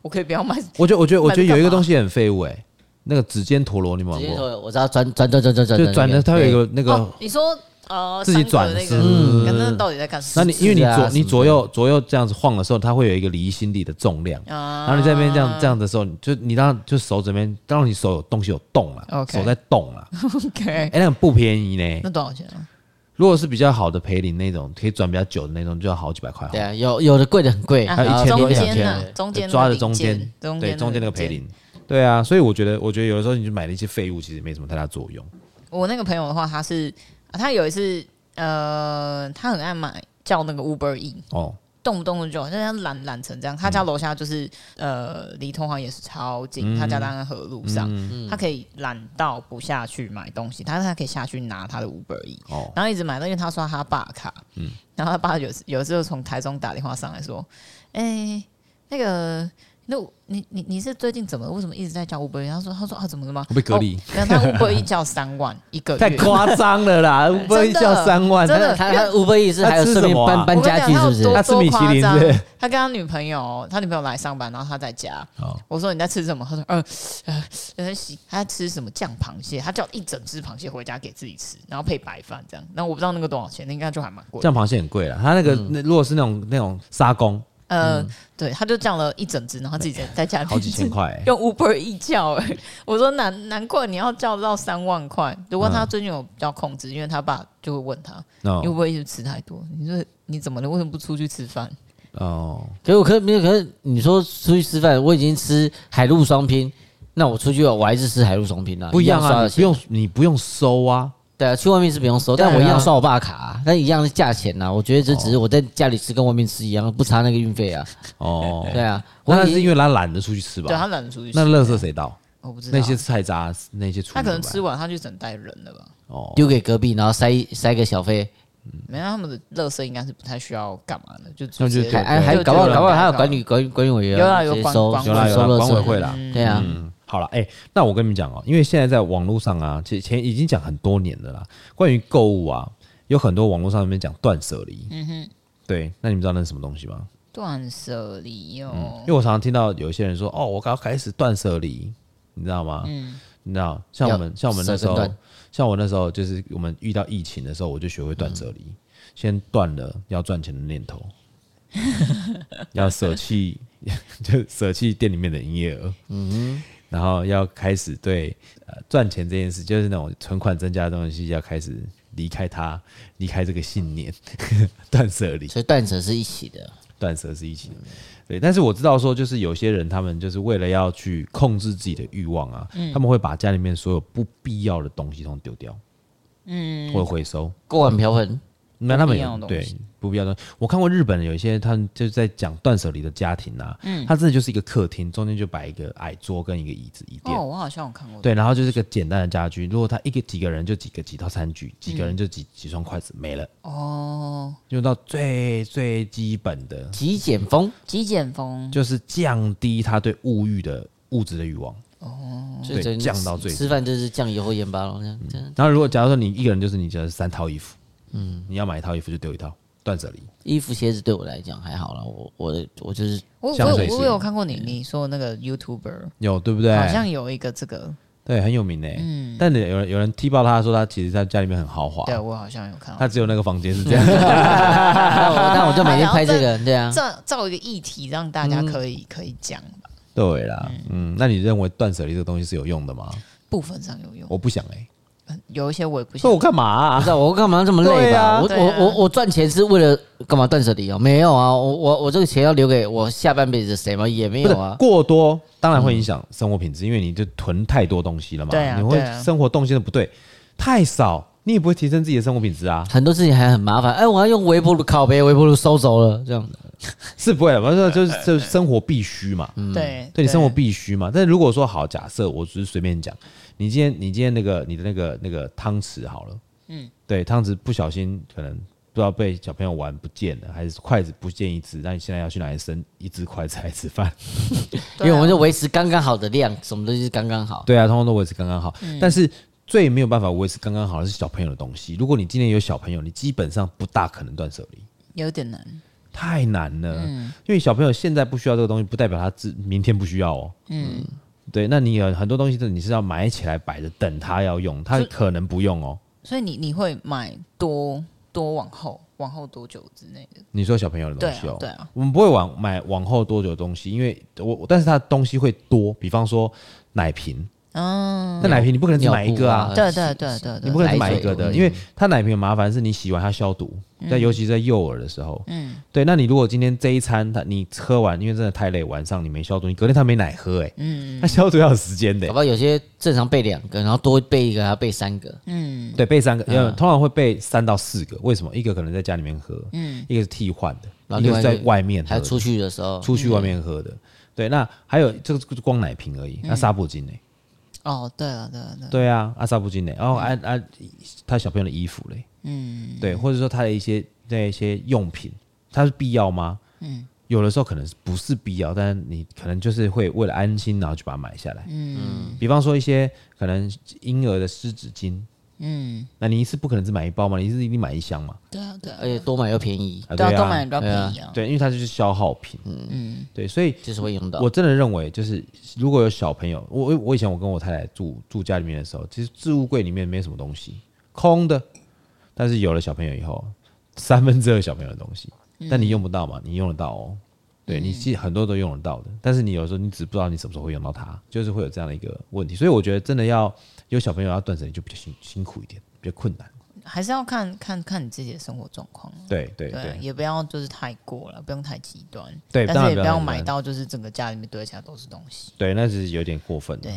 我可以不要买？我觉得我觉得我觉得有一买这个干嘛东西很废物，哎，那个指尖陀螺，你们直玩接过？说，我知道转转转转转转，就转的，它有一个那个哦，你说呃，自己转三个那是个，嗯跟那到底在干什那么？你因为你是啊左什么你左右左右这样子晃的时候，它会有一个离心力的重量，然啊后你在那边这样这样的时候，你就你让就手这边让你手有东西有动了， OK 手在动了， OK，哎，那个不便宜呢那。多少钱啊？如果是比较好的培林那种，可以转比较久的那种，就要好几百块。对啊，有有的贵的很贵，还有一然后千多啊中便两间宜千呢的，中间抓那着零中件间，中对间中间那个培零件。林，对啊，所以我觉得，我觉得有的时候你就买了一些废物，其实没什么太大作用。我那个朋友的话，他是啊他有一次呃，他很爱买叫那个 Uber E，哦，动不动就好像懒懒成这样。他家嗯楼下就是、呃，离通航也是超近，嗯他家当然河路上，嗯他可以懒到不下去买东西，但是他可以下去拿他的 Uber E，哦然后一直买到，因为他刷他爸卡，嗯然后他爸有有时候从台中打电话上来说，哎、那个。那我你你你是最近怎么了？为什么一直在叫 Uber？Eats？他说他说啊怎么了吗？我被隔离哦没有，他 Uber 一叫三万一个太月。夸张了 啦！不会叫三万， 真的他他 Uber E 是还有顺便搬搬我跟你家讲具，是不他有是？他多吃米其林多夸张是不是他跟他女朋友，他女朋友来上班，然后他在家。哦我说你在吃什么？他说呃呃，呃喜他吃什么酱螃蟹？他叫一整只螃蟹回家给自己吃，然后配白饭这样。然后我不知道那个多少钱，那应该就还蛮贵的。酱螃蟹很贵了，他那个那如果是那种那种沙公，呃，对，他就叫了一整只，然后自己在在家里嗯好几千块欸， 用 Uber 一叫、欸，我说难难怪你要叫到三万块。如果他最近有比较控制，因为他爸就会问他，嗯哦你会不会一直吃太多？你说你怎么了？为什么不出去吃饭？哦，可是我可没有，可是你说出去吃饭，我已经吃海陆双拼，那我出去我还是吃海陆双拼啊，不一样刷啊，的你钱不用你不用收啊，对啊，去外面是不用收，但对啊我一样刷我爸卡、啊，但一样的价钱呐、啊。我觉得这只是我在家里吃跟外面吃一样，不差那个运费啊。 哦，对啊，我那已是经因为他懒得出去吃对他吧？懒得出去吃，啊那垃圾谁倒？我不知道那些菜渣那些厨他余可能吧吃完他就只能带人了吧？哦，丢给隔壁，然后塞塞个小费，没有他们的垃圾应该是不太需要干嘛的，就嗯那就直接对还还对哎还就搞不好就搞不好还有就管理管理管理委员有啦有直接管收管有啦有收啦，垃圾管委会啦，对啊，嗯，好了，哎、那我跟你们讲哦、因为现在在网络上啊，前前已经讲很多年的啦，关于购物啊，有很多网络上面讲断舍离，嗯哼，对，那你们知道那是什么东西吗？断舍离哦因为，我常常听到有一些人说，哦，我刚开始断舍离，你知道吗？嗯，你知道，像我们要像我们那时舍候跟断，像我那时候就是我们遇到疫情的时候，我就学会断舍离，先断了要赚钱的念头，要舍弃就舍弃店里面的营业额，嗯，然后要开始对呃赚钱这件事，就是那种存款增加的东西，要开始离开它，离开这个信念， 断舍离。所以断舍是一起的。断舍是一起的。对，但是我知道说，就是有些人他们就是为了要去控制自己的欲望啊，嗯他们会把家里面所有不必要的东西都丢掉，嗯，或者回收。锅碗瓢嗯盆，那他们不必要也的东对西不必要的东西，我看过日本有一些他们就是在讲断舍离的家庭啊，嗯他真的就是一个客厅，中间就摆一个矮桌跟一个椅子椅垫哦，，我好像有看过，对，然后就是个简单的家居。如果他一个几个人就几个几套餐具，几个嗯人就几几双筷子，没了，哦，用到最最基本的，极简风，极简风就是降低他对物欲的物质的欲望。所以整降到最低吃饭就是酱油或盐巴咯，这样这样然后如果假如说你一个人就是你只能三套衣服，嗯，你要买一套衣服就丢一套，断舍离。衣服鞋子对我来讲还好了，我我的 我就是我我香水有是我有看过你你说那个 YouTuber，有对不对？好像嗯有一个这个，对很有名呢、但有人有人踢爆他说他其实在家里面很豪华，对我好像有看到。他只有那个房间是这样。 那我那我就每天拍这个，对啊，造造一个议题，让大家可以、可以讲吧，对啦，嗯，那你认为断舍离这个东西是有用的吗？部分上有用，我不想哎、有一些我也不说我想。干嘛啊、不知道我干嘛这么累对吧？啊我对我啊我我赚钱是为了干嘛断舍离哦？没有啊，我我我这个钱要留给我下半辈子的谁吗？也没不是有啊。过多，当然会影响生活品质，因为你就囤太多东西了嘛，对啊你会对啊生活动线的不对。太少，你也不会提升自己的生活品质啊，很多事情还很麻烦，哎，我要用微波炉烤呗，微波炉收走了，这样是不会的。反正就是就是生活必须嘛，对，对你生活必须嘛。但是如果说好，假设我只是随便讲，你今天你今天那个你的那个那个汤匙好了，嗯，对，汤匙不小心可能不知道被小朋友玩不见了，还是筷子不见一只，那你现在要去哪里生一只筷子来吃饭？因对啊为我们就维持刚刚好的量，什么东西是刚刚好。对啊，通通都维持刚刚好，但是。最没有办法维持刚刚好的是小朋友的东西。如果你今天有小朋友，你基本上不大可能断舍离，有点难。太难了。因为小朋友现在不需要这个东西，不代表他自明天不需要哦。嗯，对，那你有很多东西，你是要买起来摆着，等他要用，他可能不用哦。所以你你会买多多往后往后多久之内的？你说小朋友的对东西啊哦，，对啊，我们不会往买往后多久的东西，因为我我但是他的东西会多，比方说奶瓶，嗯，那奶瓶你不可能只买一个啊尿布。对对对呃对你对不可能只买一个奶的，嘴因为它奶瓶的麻烦是你洗完它消毒，嗯在、尤其在幼儿的时候，嗯，对。那你如果今天这一餐它你喝完，因为真的太累，晚上你没消毒，你隔天它没奶喝、欸，嗯，它消毒要有时间的、搞不好有些正常备两个，然后多备一个，还要备三个。嗯对，备三个，嗯呃，通常会备三到四个。为什么？一个可能在家里面喝，嗯，一个是替换然的，一后另个外是一个在外面还喝有的，出嗯去的时候，出去外面喝的。对，那还有这个就是光奶瓶而已，嗯那纱布巾呢？哦，对啊对啊对啊，对啊，啊纱布巾呢？然后啊嗯啊，他小朋友的衣服嘞，嗯，对，或者说他的一些那一些用品，它是必要吗？嗯，有的时候可能不是必要，但你可能就是会为了安心，然后去把它买下来。嗯，比方说一些可能婴儿的湿纸巾，嗯，那你一次不可能只买一包嘛，你一次一定买一箱嘛。对啊，对啊而，且多买又便宜，哎啊对啊，对都买啊，比较便宜啊。对，因为它就是消耗品。嗯嗯，对，所以就是会用到。我真的认为，就是如果有小朋友，我我我以前我跟我太太住住家里面的时候，其实置物柜里面没什么东西，空的。但是有了小朋友以后，三分之二小朋友的东西，但你用不到嘛？你用得到哦，对你其实很多都用得到的，但是你有时候你只不知道你什么时候会用到它，就是会有这样的一个问题。所以我觉得真的要有小朋友要断舍离就比较辛辛苦一点，比较困难。还是要看看看你自己的生活状况啊。对对对啊，对也不要就是太过了，不用太极端。对当但然是也不要太不要极买端到就是整个家里面堆起来都是东西。对，那是有点过分了。对，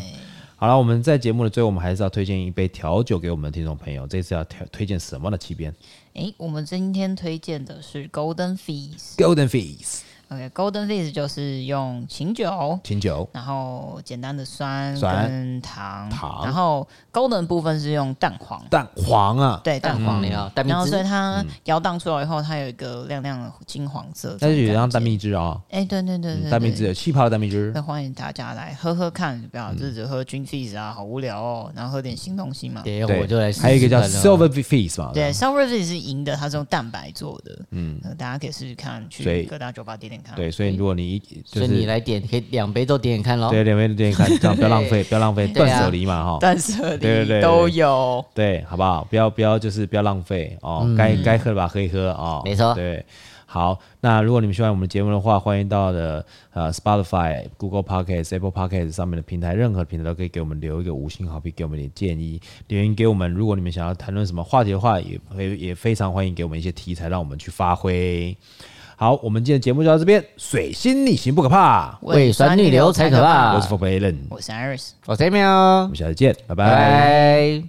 好了，我们在节目的最后，我们还是要推荐一杯调酒给我们的听众朋友。这次要推推荐什么样的气边诶，我们今天推荐的是 Golden Fizz。 ？Golden Fizz OK，Golden、Fizz 就是用琴酒，琴酒，然后简单的酸酸跟糖，糖然后 Golden 部分是用蛋黄，蛋黄啊，对蛋蛋黄黄料、蛋嗯然后白所以质，它摇荡出来以后，它有一个亮亮的金黄色，但是有像让蛋。蜜汁啊，哎、对对对嗯对对，蛋蜜汁有气泡的蛋蜜汁那，欢迎大家来喝喝看，嗯不要就是喝 Gin Fizz 啊，好无聊哦，然后喝点新东西嘛。对，对，我就来试试看了。还有一个叫 Silver Fizz 嘛，对 s o u r Fizz 是银的，它是用蛋白做的，嗯，大家可以试试看，所以去各大酒吧点点看。对，所以如果你一就所以你是来点，可以两杯都点点看喽。对两边点看，这样不要浪 费，不要浪费，对啊断舍离嘛哈。断舍对对对离都有。对，好不好？不要不要，就是不要浪费哦，该该喝的吧，喝一喝哦。没错对。好，那如果你们喜欢我们节目的话，欢迎到的呃 Spotify、Google Podcast、Apple Podcast 上面的平台，任何平台都可以给我们留一个五星好评，给我们一点建议，留言给我们。如果你们想要谈论什么话题的话，也会也非常欢迎给我们一些题材，让我们去发挥。好，我们今天的节目就到这边，水星逆行不可怕，胃酸逆流才可怕我是 f o r b a l e n 我是 Iris。我是 Emil，我们下次见，拜拜拜。